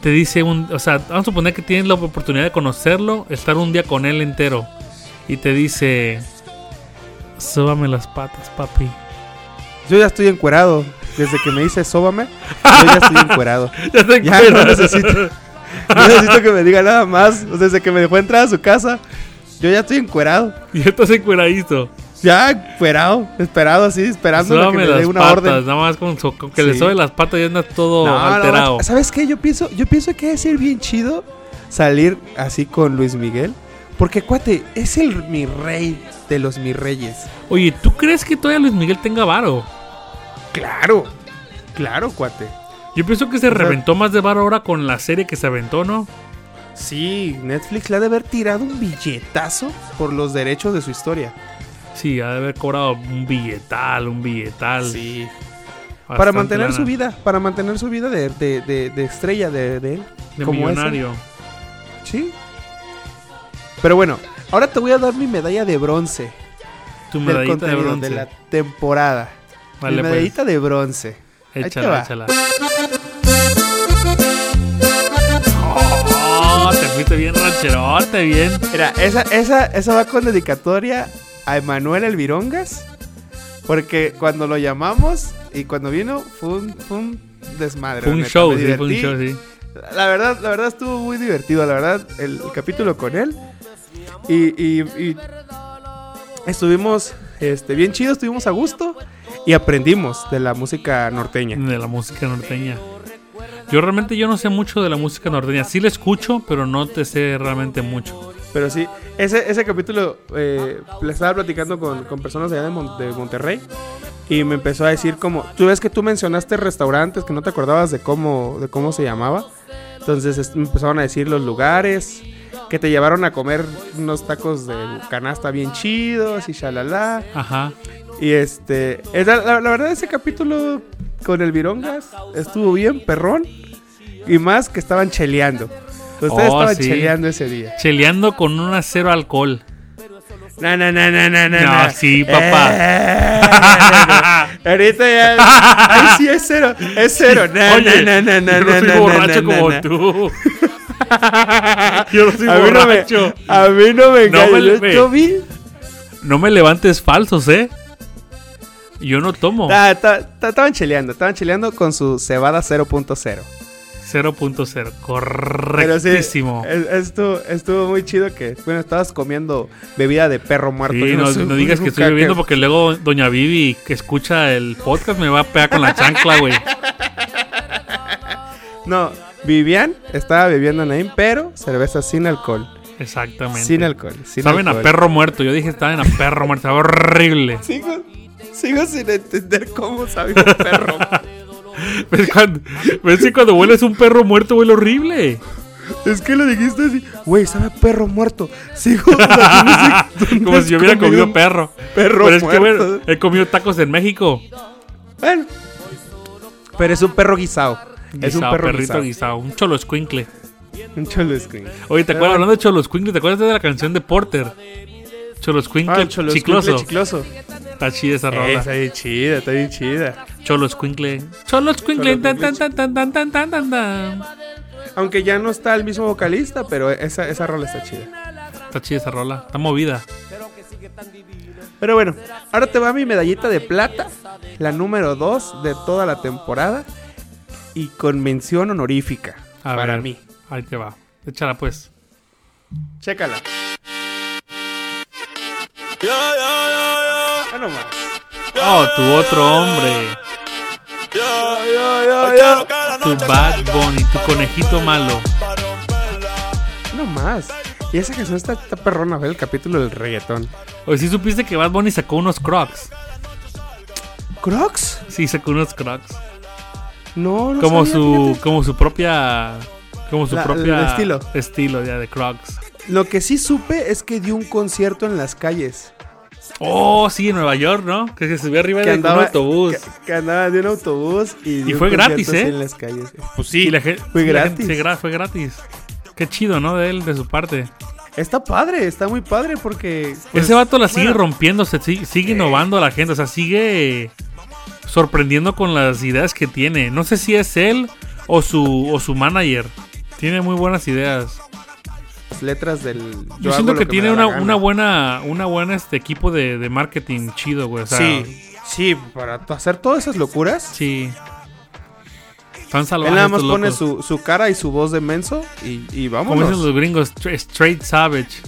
te dice un... O sea, vamos a suponer que tienes la oportunidad de conocerlo, estar un día con él entero. Y te dice... Súbame las patas, papi. Yo ya estoy encuerado. Desde que me dice sóbame, yo ya estoy encuerado. Ya te Ya no acuerdas. necesito. No necesito que me diga nada más. O sea, Desde que me dejó entrar a su casa, yo ya estoy encuerado. Y estás encueradito. Ya encuerado, esperado así, esperando a que Súbame me las dé una patas. orden. Nada más con, so- con que le Sí. sobe las patas ya andas todo No, no, alterado. no. ¿Sabes qué? Yo pienso, yo pienso que debe ser bien chido salir así con Luis Miguel. Porque, cuate, es el mi rey de los mi reyes. Oye, ¿tú crees que todavía Luis Miguel tenga varo? Claro, claro, cuate. Yo pienso que se O sea- reventó más de varo ahora con la serie que se aventó, ¿no? Sí, Netflix le ha de haber tirado un billetazo por los derechos de su historia. Sí, ha de haber cobrado un billetal, un billetal. Sí. bastante para mantener lana. su vida, para mantener su vida de, de- de- de estrella de, de él. De como ¿eh? ese. millonario. Sí. Pero bueno, ahora te voy a dar mi medalla de bronce. Tu del medallita de contenido, bronce. de la temporada. Vale, mi pues. medallita de bronce. Ahí te Échala, va. échala. Oh, te fuiste bien rancherote, bien. Mira, esa, esa, esa va con dedicatoria a Emanuel Elvirongas. Porque cuando lo llamamos y cuando vino fue un, fue un desmadre. Fue la un neta. show, Me sí, fue un divertí. show, sí. La verdad, la verdad estuvo muy divertido, la verdad, el, el capítulo con él. Y, y- y estuvimos este, bien chido, estuvimos a gusto y aprendimos de la música norteña. De la música norteña. Yo realmente yo no sé mucho de la música norteña. Sí la escucho, pero no te sé realmente mucho. Pero sí, ese, ese capítulo eh, le estaba platicando con, con personas de allá de, Mon- de Monterrey y me empezó a decir como, tú ves que tú mencionaste restaurantes que no te acordabas de cómo, de cómo se llamaba. Entonces es- me empezaron a decir los lugares, que te llevaron a comer unos tacos de canasta bien chidos y shalala. Ajá. Y este, es la, la- la verdad ese capítulo con el Virongas estuvo bien perrón y más que estaban cheleando. Ustedes Oh, estaban sí. cheleando ese día. Cheleando con una cero alcohol. No, no, no, no, no, no. No, sí, papá. Eh, no, no. Ahorita ya. Ay, sí, es cero. Es cero. No, Oye, no, no, no, no, yo no no, soy no, no, borracho no, como no. tú. yo no soy A mí no me, borracho. a mí no me No engañes. Yo- me- ve. Yo vi. No me levantes falsos, ¿eh? Yo no tomo. Ah, ta- ta- Estaban cheleando, estaban cheleando con su cebada 0.0. 0.0. Pero sí, Correctísimo. es- estuvo, estuvo muy chido que, bueno, estabas comiendo bebida de perro muerto. Sí, Yo no, sé, no digas que estoy nunca bebiendo porque luego Doña Vivi, que escucha el podcast, me va a pegar con la chancla, güey. No, Vivian estaba bebiendo Naim, pero cerveza sin alcohol. Exactamente. Sin alcohol. Sin Saben a alcohol. perro muerto. Yo dije, saben a perro muerto. Sabe horrible. Sigo, sigo sin entender cómo sabe un perro. ¿Ves, cuando- ves que cuando hueles un perro muerto huele horrible? es que lo dijiste así, güey, sabe a perro muerto. Sigo. o sea, yo no sé dónde Como si yo hubiera has comido comido un perro. perro Pero es que, muerto. bueno, he comido tacos en México. Bueno, pero es un perro guisado. es un Guisado, perro perrito guisado. guisado. Un cholo escuincle. Un cholo escuincle. Oye, ¿te Pero acuerdas? bueno. Hablando de cholo escuincle, ¿te acuerdas de la canción de Porter? Cholo escuincle, Ah, cholo chicloso. escuincle chicloso. Está chida esa Eh, rola. está bien chida, está bien chida. Cholo escuincle. Cholo escuincle. Cholo Tan, tan, escuincle. tan, tan, tan, tan, tan, tan, tan. Aunque ya no está el mismo vocalista, pero esa, esa rola está chida. Está chida esa rola. Está movida. Pero bueno, ahora te va mi medallita de plata, la número 2 de toda la temporada y con mención honorífica A para ver, mí. Ahí te va. Échala pues. Chécala. Ah, no más. Oh, tu otro hombre. Tu Bad Bunny, tu conejito malo. No más. Y esa canción está, está perrona, fue el capítulo del reggaetón. Oye, ¿sí supiste que Bad Bunny sacó unos crocs? ¿Crocs? Sí, sacó unos crocs. No, no como sabía, su fíjate. como su propia como su La- propia el estilo. estilo ya de Crocs Lo que sí supe es que dio un concierto en las calles. oh sí en Nueva York no que se subió arriba que de un andaba, autobús Que, que andaba de un autobús y, dio fue un gratis, concierto así ¿eh? En las calles. pues sí la gen- fue la gratis. gente se gra- fue gratis qué chido no de él de su parte Está padre, está muy padre porque. pues, Ese vato la sigue bueno, Eh. rompiendo, se sigue, sigue innovando a la gente, o sea, sigue sorprendiendo con las ideas que tiene. No sé si es él o su, o su manager. Tiene muy buenas ideas. Las letras del. Yo, hago siento lo que, me tiene da la una, gana. una buena, una buena este equipo de, de marketing chido, güey. o sea, Sí, sí, para t- hacer todas esas locuras. Sí. Están salvajes. Él nada más estos pone locos. su, su cara y su voz de menso y, y Como dicen vámonos. los gringos, stra- straight savage.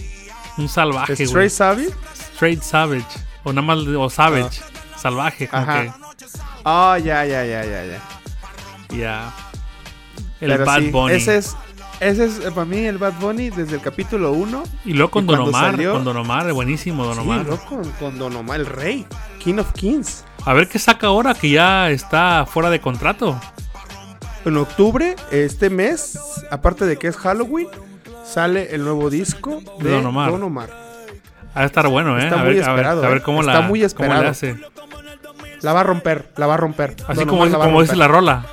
Un salvaje, güey. Stray Savvy. Straight savage. O nada más, o savage. Salvaje, como Ah. Ajá. que. Ah, ya, ya, ya, ya, ya. Ya. El Pero Bad sí, Bunny. Ese es, ese es eh, para mí el Bad Bunny desde el capítulo 1. Y luego con y Don cuando Omar, salió- con Don Omar, buenísimo Don Sí, Omar. loco, con, con Don Omar, el rey. King of Kings. A ver qué saca ahora que ya está fuera de contrato. En octubre, este mes, aparte de que es Halloween, sale el nuevo disco De de Don Don Omar. Omar. Va a estar bueno, ¿eh? Está a, muy ver, a ver- esperado, a ver ¿eh? cómo, Está la, muy cómo le esperado. hace. La va a romper, la va a romper. Así Don como, Omar dice- va a como dice romper. la rola.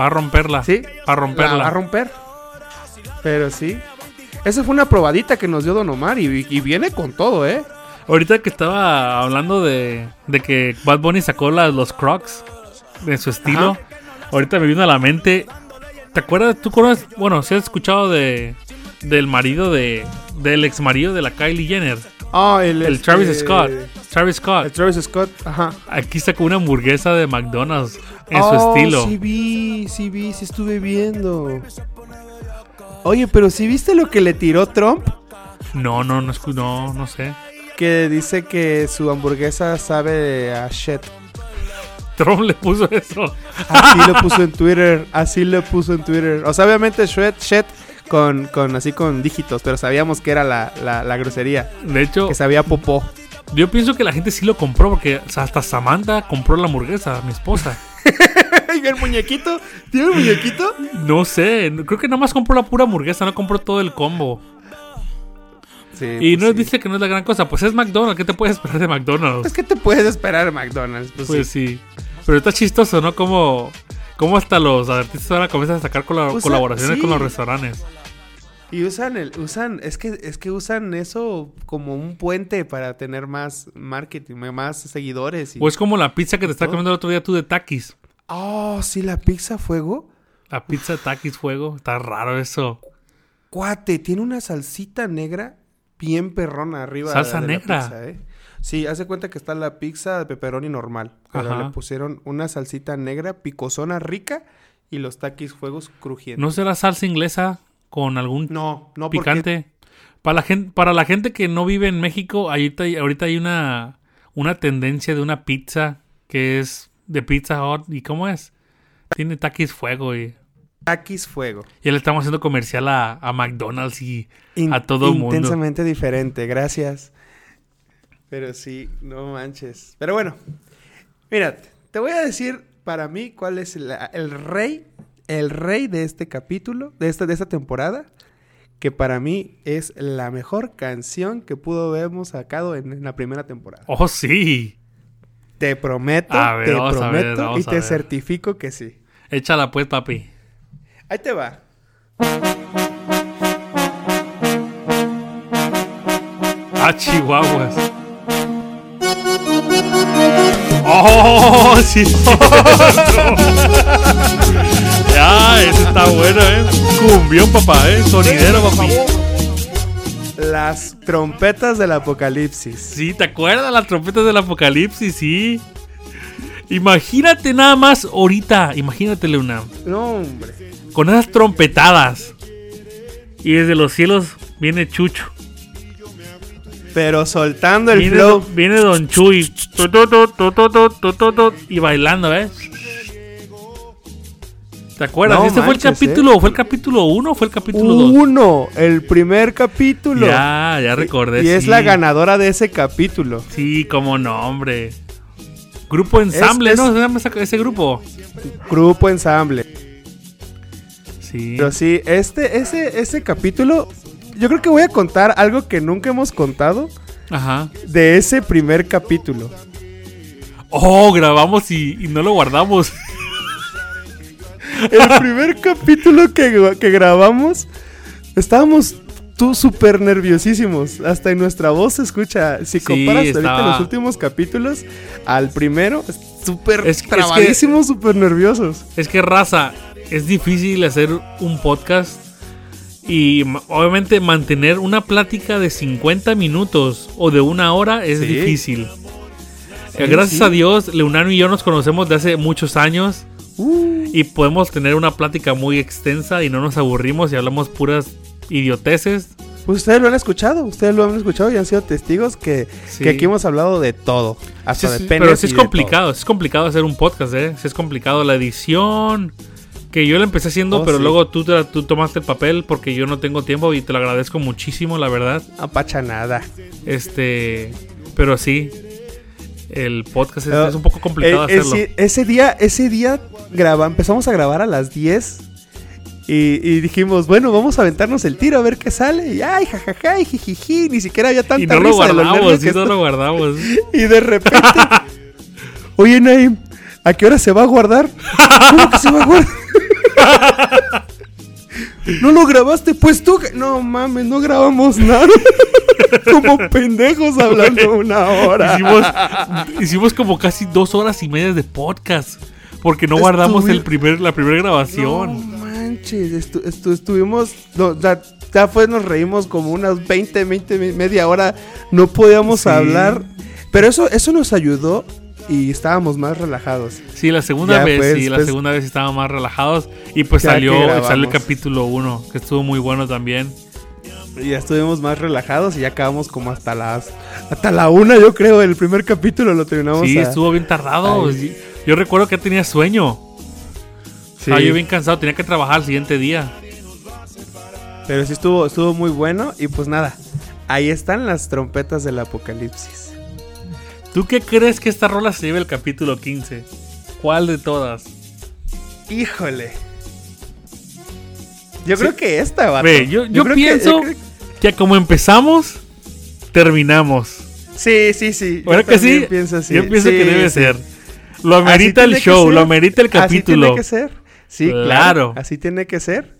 Va a romperla. Sí. Va La a romperla. va a romper. Pero sí. Esa fue una probadita que nos dio Don Omar y, y viene con todo, ¿eh? Ahorita que estaba hablando de, de que Bad Bunny sacó la- los Crocs de su estilo, Ajá. ahorita me vino a la mente. ¿Te acuerdas? ¿Tú conoces? Bueno, si has escuchado de del marido de. del ex marido de la Kylie Jenner, Ah, el, el este, Travis Scott. El Travis Scott. Travis Scott, ajá. Aquí sacó una hamburguesa de McDonald's en Oh, su estilo. Sí vi, sí vi, sí estuve viendo. Oye, pero si viste lo que le tiró Trump, No, no, no, escu- no, no sé. que dice que su hamburguesa sabe a shit. Trump le puso eso. Así lo puso en Twitter, así lo puso en Twitter. O sea, obviamente shit, shit con, con así con dígitos, pero sabíamos que era la, la, la grosería, De hecho, que sabía popó. yo pienso que la gente sí lo compró porque o sea, hasta Samantha compró la hamburguesa, mi esposa. ¿Y el muñequito? ¿Tiene el muñequito? No sé, no- creo que nada más compró la pura hamburguesa, no compró todo el combo. Sí. Y no pues sí. dice que no es la gran cosa, pues es McDonald's, ¿qué te puedes esperar de Pues, McDonald's? ¿qué te puedes esperar, McDonald's? Pues, Pues sí. sí. Pero está chistoso, ¿no? Como, como hasta los artistas ahora comienzan a sacar cola- Pues, colaboraciones sí. con los restaurantes. Y usan el, usan, es que, es que usan eso como un puente para tener más marketing, más seguidores. Y... O es como la pizza que te está Todo. comiendo el otro día tú de Takis. Oh, sí, la pizza a fuego. La pizza de Takis Fuego, está raro eso. Cuate, tiene una salsita negra bien perrona arriba. de- Salsa de la negra. pizza, ¿eh? Sí, hace cuenta que está la pizza de pepperoni normal. Pero Ajá. le pusieron una salsita negra, picosona rica y los taquis fuegos crujientes. ¿No será salsa inglesa con algún No, no, porque- picante. Para la gente, para la gente que no vive en México, ahorita, hay- ahorita hay una, una tendencia de una pizza que es de Pizza Hut. ¿Y cómo es? Tiene taquis fuego y Taquis fuego. ya le estamos haciendo comercial a, a McDonald's y In- a todo mundo. Intensamente diferente, gracias. Pero sí, no manches. Pero bueno, mira, te voy a decir para mí cuál es la- el rey, el rey de este capítulo, de esta, de esta temporada, que para mí es la mejor canción que pudo habermos sacado en, en la primera temporada. Oh, sí. Te prometo, A ver, te vamos a ver, prometo y vamos a te ver. certifico que sí. Échala pues, papi. Ahí te va. A Ah, Chihuahuas. ¡Oh, sí! ya, ese está bueno, ¿eh? Cumbión, papá, ¿eh? Sonidero, papi. Las trompetas del apocalipsis. Sí, ¿te acuerdas? Las trompetas del apocalipsis, sí. Imagínate nada más ahorita, imagínate, Leuna, No, hombre. con esas trompetadas. Y desde los cielos viene Chucho. Pero soltando el Viene, flow. don- viene Don Chuy. Tu, tu, tu, tu, tu, tu, tu, tu, tu, y bailando, ¿eh? ¿Te acuerdas? No ¿Este fue el manches, ¿eh? capítulo? ¿Fue el capítulo 1 o fue el capítulo 2? Uno, el primer capítulo. Ya, ya recordé. Y es sí. la ganadora de ese capítulo. Sí, como no, hombre. Grupo Ensamble, es- ¿no? Se llama esa- ese grupo. Grupo ensamble. Sí. Pero sí, este, ese, ese capítulo. Yo creo que voy a contar algo que nunca hemos contado Ajá. de ese primer capítulo. Oh, grabamos y, y no lo guardamos. El primer capítulo que, que grabamos, estábamos tú súper nerviosísimos. Hasta en nuestra voz se escucha. Si Sí, comparas ahorita estaba- los últimos capítulos al primero, súper Es- es que- trabadísimos, súper nerviosos. Es que raza, es difícil hacer un podcast y ma- obviamente mantener una plática de 50 minutos o de una hora es Sí. difícil. Sí, Eh, Gracias sí. a Dios, Leonardo y yo nos conocemos de hace muchos años Uh, y podemos tener una plática muy extensa y no nos aburrimos y hablamos puras idioteces. pues ustedes lo han escuchado, ustedes lo han escuchado y han sido testigos que, Sí. que aquí hemos hablado de todo. Hasta Sí, de sí, penes pero y sí es de todo. complicado, sí es complicado hacer un podcast, ¿eh? Sí es complicado la edición. Que yo la empecé haciendo, Oh, pero sí. luego tú, te- tú tomaste el papel porque yo no tengo tiempo y te lo agradezco muchísimo, la verdad. Apacha nada. Este, pero sí, el podcast es, Ah, es un poco complicado Eh, eh, hacerlo. sí, ese día, ese día graba- empezamos a grabar a las 10 y, y dijimos, bueno, vamos a aventarnos el tiro a ver qué sale. Y ay, jajaja, y jijiji, ni siquiera había tanta y no lo risa de los nervios guardamos, sí, que no esto- lo guardamos. Y de repente, oye Naim, ¿a qué hora se va a guardar? ¿Cómo que se va a guardar? No lo grabaste, pues tú. que- No mames, no grabamos nada. Como pendejos hablando una hora. hicimos, hicimos como casi dos horas y media de podcast porque no guardamos el Estuvi- primer, la primera grabación. No manches, estu- estu- estuvimos. no, ya, ya fue, nos reímos como unas 20, 20, me- media hora. No podíamos Sí. hablar. Pero eso, eso nos ayudó y estábamos más relajados. Sí, la segunda Ya, vez, pues, sí, la pues. segunda vez estábamos más relajados y pues Ya que salió, grabamos. salió el capítulo 1, que estuvo muy bueno también. Y Ya estuvimos más relajados y ya acabamos como hasta las. Hasta la una, yo creo. El primer capítulo lo terminamos. sí, a- estuvo bien tardado. ay. Sí. Yo recuerdo que tenía sueño. Sí, Estaba Ah, yo bien cansado, tenía que trabajar el siguiente día. Pero sí estuvo, estuvo muy bueno. Y pues nada, ahí están las trompetas del apocalipsis. ¿Tú qué crees que esta rola se lleve el capítulo 15? ¿Cuál de todas? Híjole. Yo creo que esta, va. Ve, yo, yo pienso que, como empezamos, terminamos. Sí, sí, sí. ¿Verdad yo que sí? también Pienso así. Yo pienso Sí, que debe sí. ser. Lo Así amerita el tiene que show, ser. lo amerita el Así tiene capítulo. que ser. Sí, claro. Claro. Pues Así tiene que ser.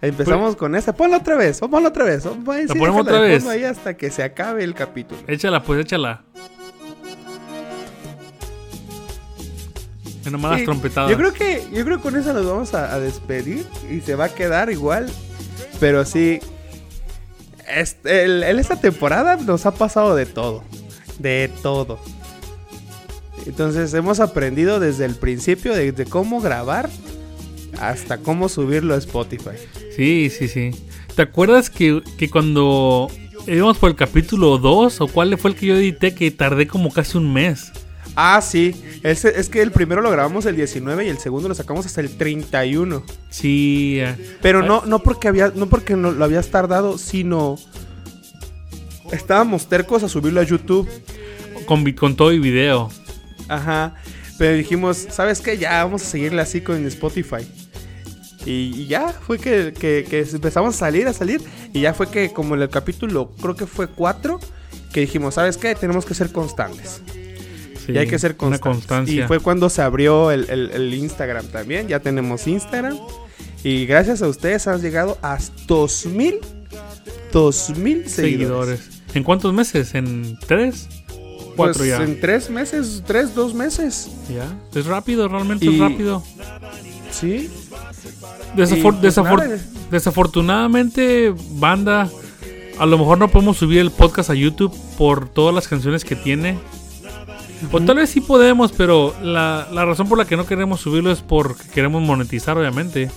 Empezamos con esta. Ponla otra vez. oh, Ponla otra vez. oh, pon- sí, ponemos déjala otra de vez? fondo ahí hasta que se acabe el capítulo. Échala, pues échala. Menos malas Sí, trompetadas. Yo creo que yo creo que con eso nos vamos a, a despedir y se va a quedar igual. Pero sí, este, el- en esta temporada nos ha pasado de todo, de todo. Entonces hemos aprendido desde el principio de, de cómo grabar hasta cómo subirlo a Spotify. Sí, sí, sí. ¿Te acuerdas que, que cuando íbamos por el capítulo 2 o cuál fue el que yo edité que tardé como casi un mes? Ah, sí, ese- es que el primero lo grabamos el 19 y el segundo lo sacamos hasta el 31. Sí. eh. Pero no, no porque había, no porque no lo habías tardado, sino estábamos tercos a subirlo a YouTube. Con, vi- con todo y video. Ajá. Pero dijimos, ¿sabes qué? Ya vamos a seguirle así con Spotify. Y, y ya fue que, que- que empezamos a salir, a salir. Y ya fue que como en el capítulo, creo que fue 4, que dijimos, ¿sabes qué? Tenemos que ser constantes. Sí, y hay que ser una constantes. constancia. Y fue cuando se abrió el, el- el Instagram también. Ya tenemos Instagram. Y gracias a ustedes han llegado a 2000 2000 seguidores. seguidores. ¿En cuántos meses? ¿En tres? Cuatro Pues, ya. En tres meses, tres, dos meses. Ya. Es rápido, realmente Y- es rápido. Sí. Desafor- y, pues, desafor- nada. desafortunadamente, banda, a lo mejor no podemos subir el podcast a YouTube por todas las canciones que tiene. O tal vez sí podemos, pero la, la razón por la que no queremos subirlo es porque queremos monetizar, obviamente.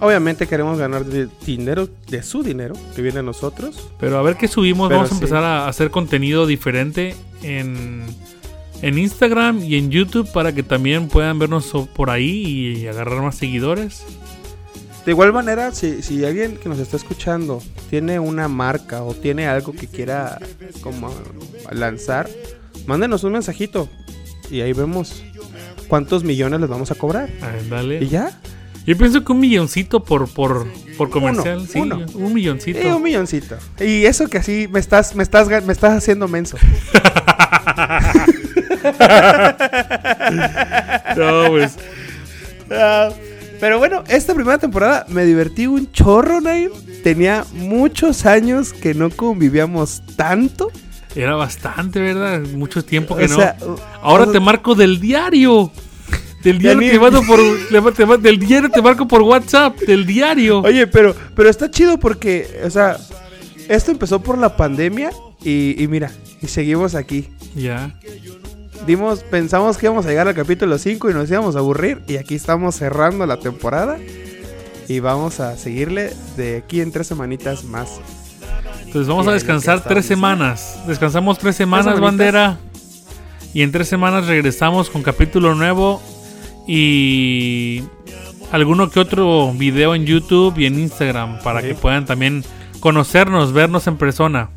Obviamente queremos ganar de- dinero, de su dinero, que viene a nosotros. Pero a ver qué subimos. Pero Vamos a sí. empezar a hacer contenido diferente en, en Instagram y en YouTube para que también puedan vernos o- por ahí y agarrar más seguidores. De igual manera, si, si alguien que nos está escuchando tiene una marca o tiene algo que quiera como lanzar, mándenos un mensajito y ahí vemos cuántos millones les vamos a cobrar. Ándale. ¿Y ya? Yo pienso que un milloncito por, por, por comercial. sí, uno. un milloncito. Eh, un milloncito. Y eso que así me estás, me estás, ga- me estás haciendo menso. no, pues. Ah, Pero bueno, esta primera temporada me divertí un chorro, Naim. tenía muchos años que no convivíamos tanto. Era bastante, ¿verdad? Mucho tiempo que O no. sea, Ahora o- te marco del diario. Del diario ni- te mando por le- te ma- del diario te marco por WhatsApp, del diario. Oye, pero, pero está chido porque, o sea, esto empezó por la pandemia y, y mira, y seguimos aquí. Ya. Dimos, pensamos que íbamos a llegar al capítulo 5 y nos íbamos a aburrir y aquí estamos cerrando la temporada y vamos a seguirle de aquí en tres semanitas más. Entonces vamos Ya, a ya descansar que tres estamos. semanas. Descansamos tres semanas, semanitas. bandera. Y en tres semanas regresamos con capítulo nuevo y alguno que otro video en YouTube y en Instagram para que puedan también conocernos, vernos en persona.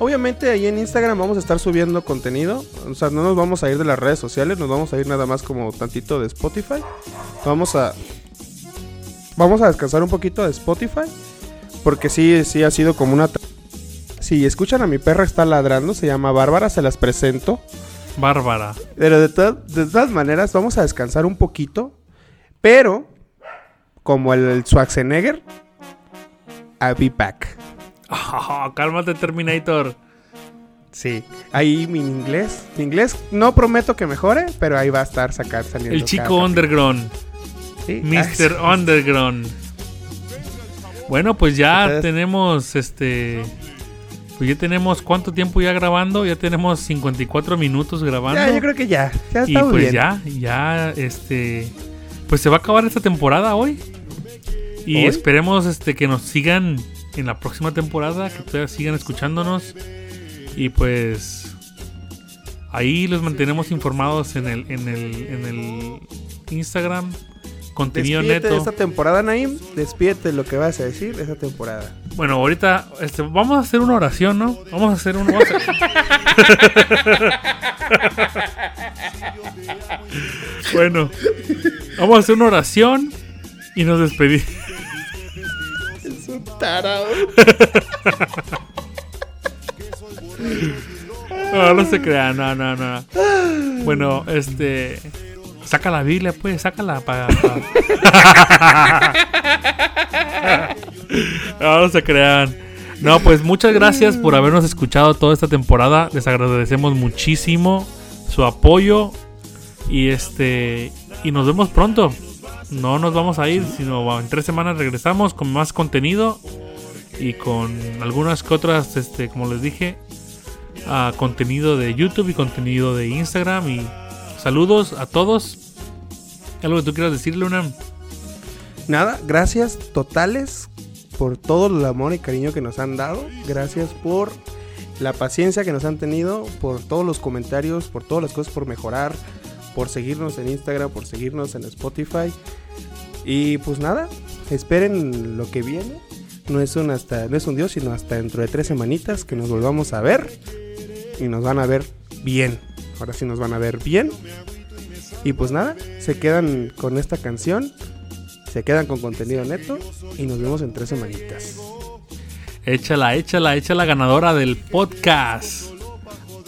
Obviamente ahí en Instagram vamos a estar subiendo contenido, o sea, no nos vamos a ir de las redes sociales, nos vamos a ir nada más como tantito de Spotify. Vamos a vamos a descansar un poquito de Spotify porque sí sí ha sido como una tra- si escuchan a mi perra está ladrando, se llama Bárbara, se las presento. Bárbara. Pero de, to- de todas maneras, vamos a descansar un poquito. Pero, como el, el Schwarzenegger, I'll be back. Ah, cálmate Terminator. Sí, ahí mi inglés. Mi inglés no prometo que mejore, pero ahí va a estar sacar saliendo. El chico cada- underground. Sí. Mr. Underground. Bueno, pues ya Ustedes- tenemos este. Pues ya tenemos cuánto tiempo ya grabando. Ya tenemos 54 minutos grabando. Ya, yo creo que ya. Ya y estamos pues bien. ya, ya, este. Pues se va a acabar esta temporada hoy. Y ¿Hoy? esperemos este, que nos sigan en la próxima temporada, que ustedes sigan escuchándonos. Y pues. Ahí los mantenemos informados en el, en el, en el Instagram. Contenido Despídete de neto. esta temporada, Naim. Despídete de lo que vas a decir de esta temporada. Bueno, ahorita este, vamos a hacer una oración, ¿no? Vamos a hacer un. vamos a- bueno, vamos a hacer una oración y nos despedimos. Es un tarado. No, no se crean, no, no, no. Bueno, este. Saca la Biblia, pues, sácala para. no, no se crean. No, pues muchas gracias por habernos escuchado toda esta temporada. Les agradecemos muchísimo su apoyo. Y este. Y nos vemos pronto. No nos vamos a ir, sino en tres semanas regresamos con más contenido. Y con algunas que otras, este, como les dije, a contenido de YouTube y contenido de Instagram. Y saludos a todos. ¿Algo que tú quieras decir, Luna? Nada, gracias totales por todo el amor y cariño que nos han dado. Gracias por la paciencia que nos han tenido, por todos los comentarios, por todas las cosas por mejorar, por seguirnos en Instagram, por seguirnos en Spotify. Y pues nada, esperen lo que viene. No es un hasta, no es un dios, sino hasta dentro de tres semanitas que nos volvamos a ver y nos van a ver bien. Ahora sí nos van a ver bien. Y pues nada, se quedan con esta canción se quedan con contenido neto y nos vemos en tres semanitas. Échala, échala, échala ganadora del podcast. Ahí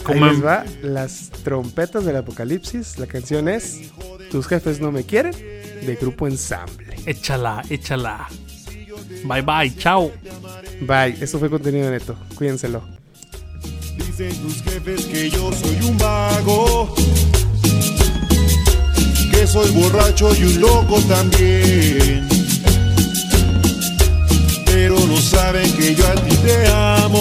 Como les en- va las trompetas del apocalipsis. La canción es Tus jefes no me quieren de Grupo Ensamble. Échala, échala. Bye bye, chao. Bye, eso fue contenido neto. Cuídenselo. Dicen tus jefes que yo soy un vago, que soy borracho y un loco también. Pero no saben que yo a ti te amo Mm,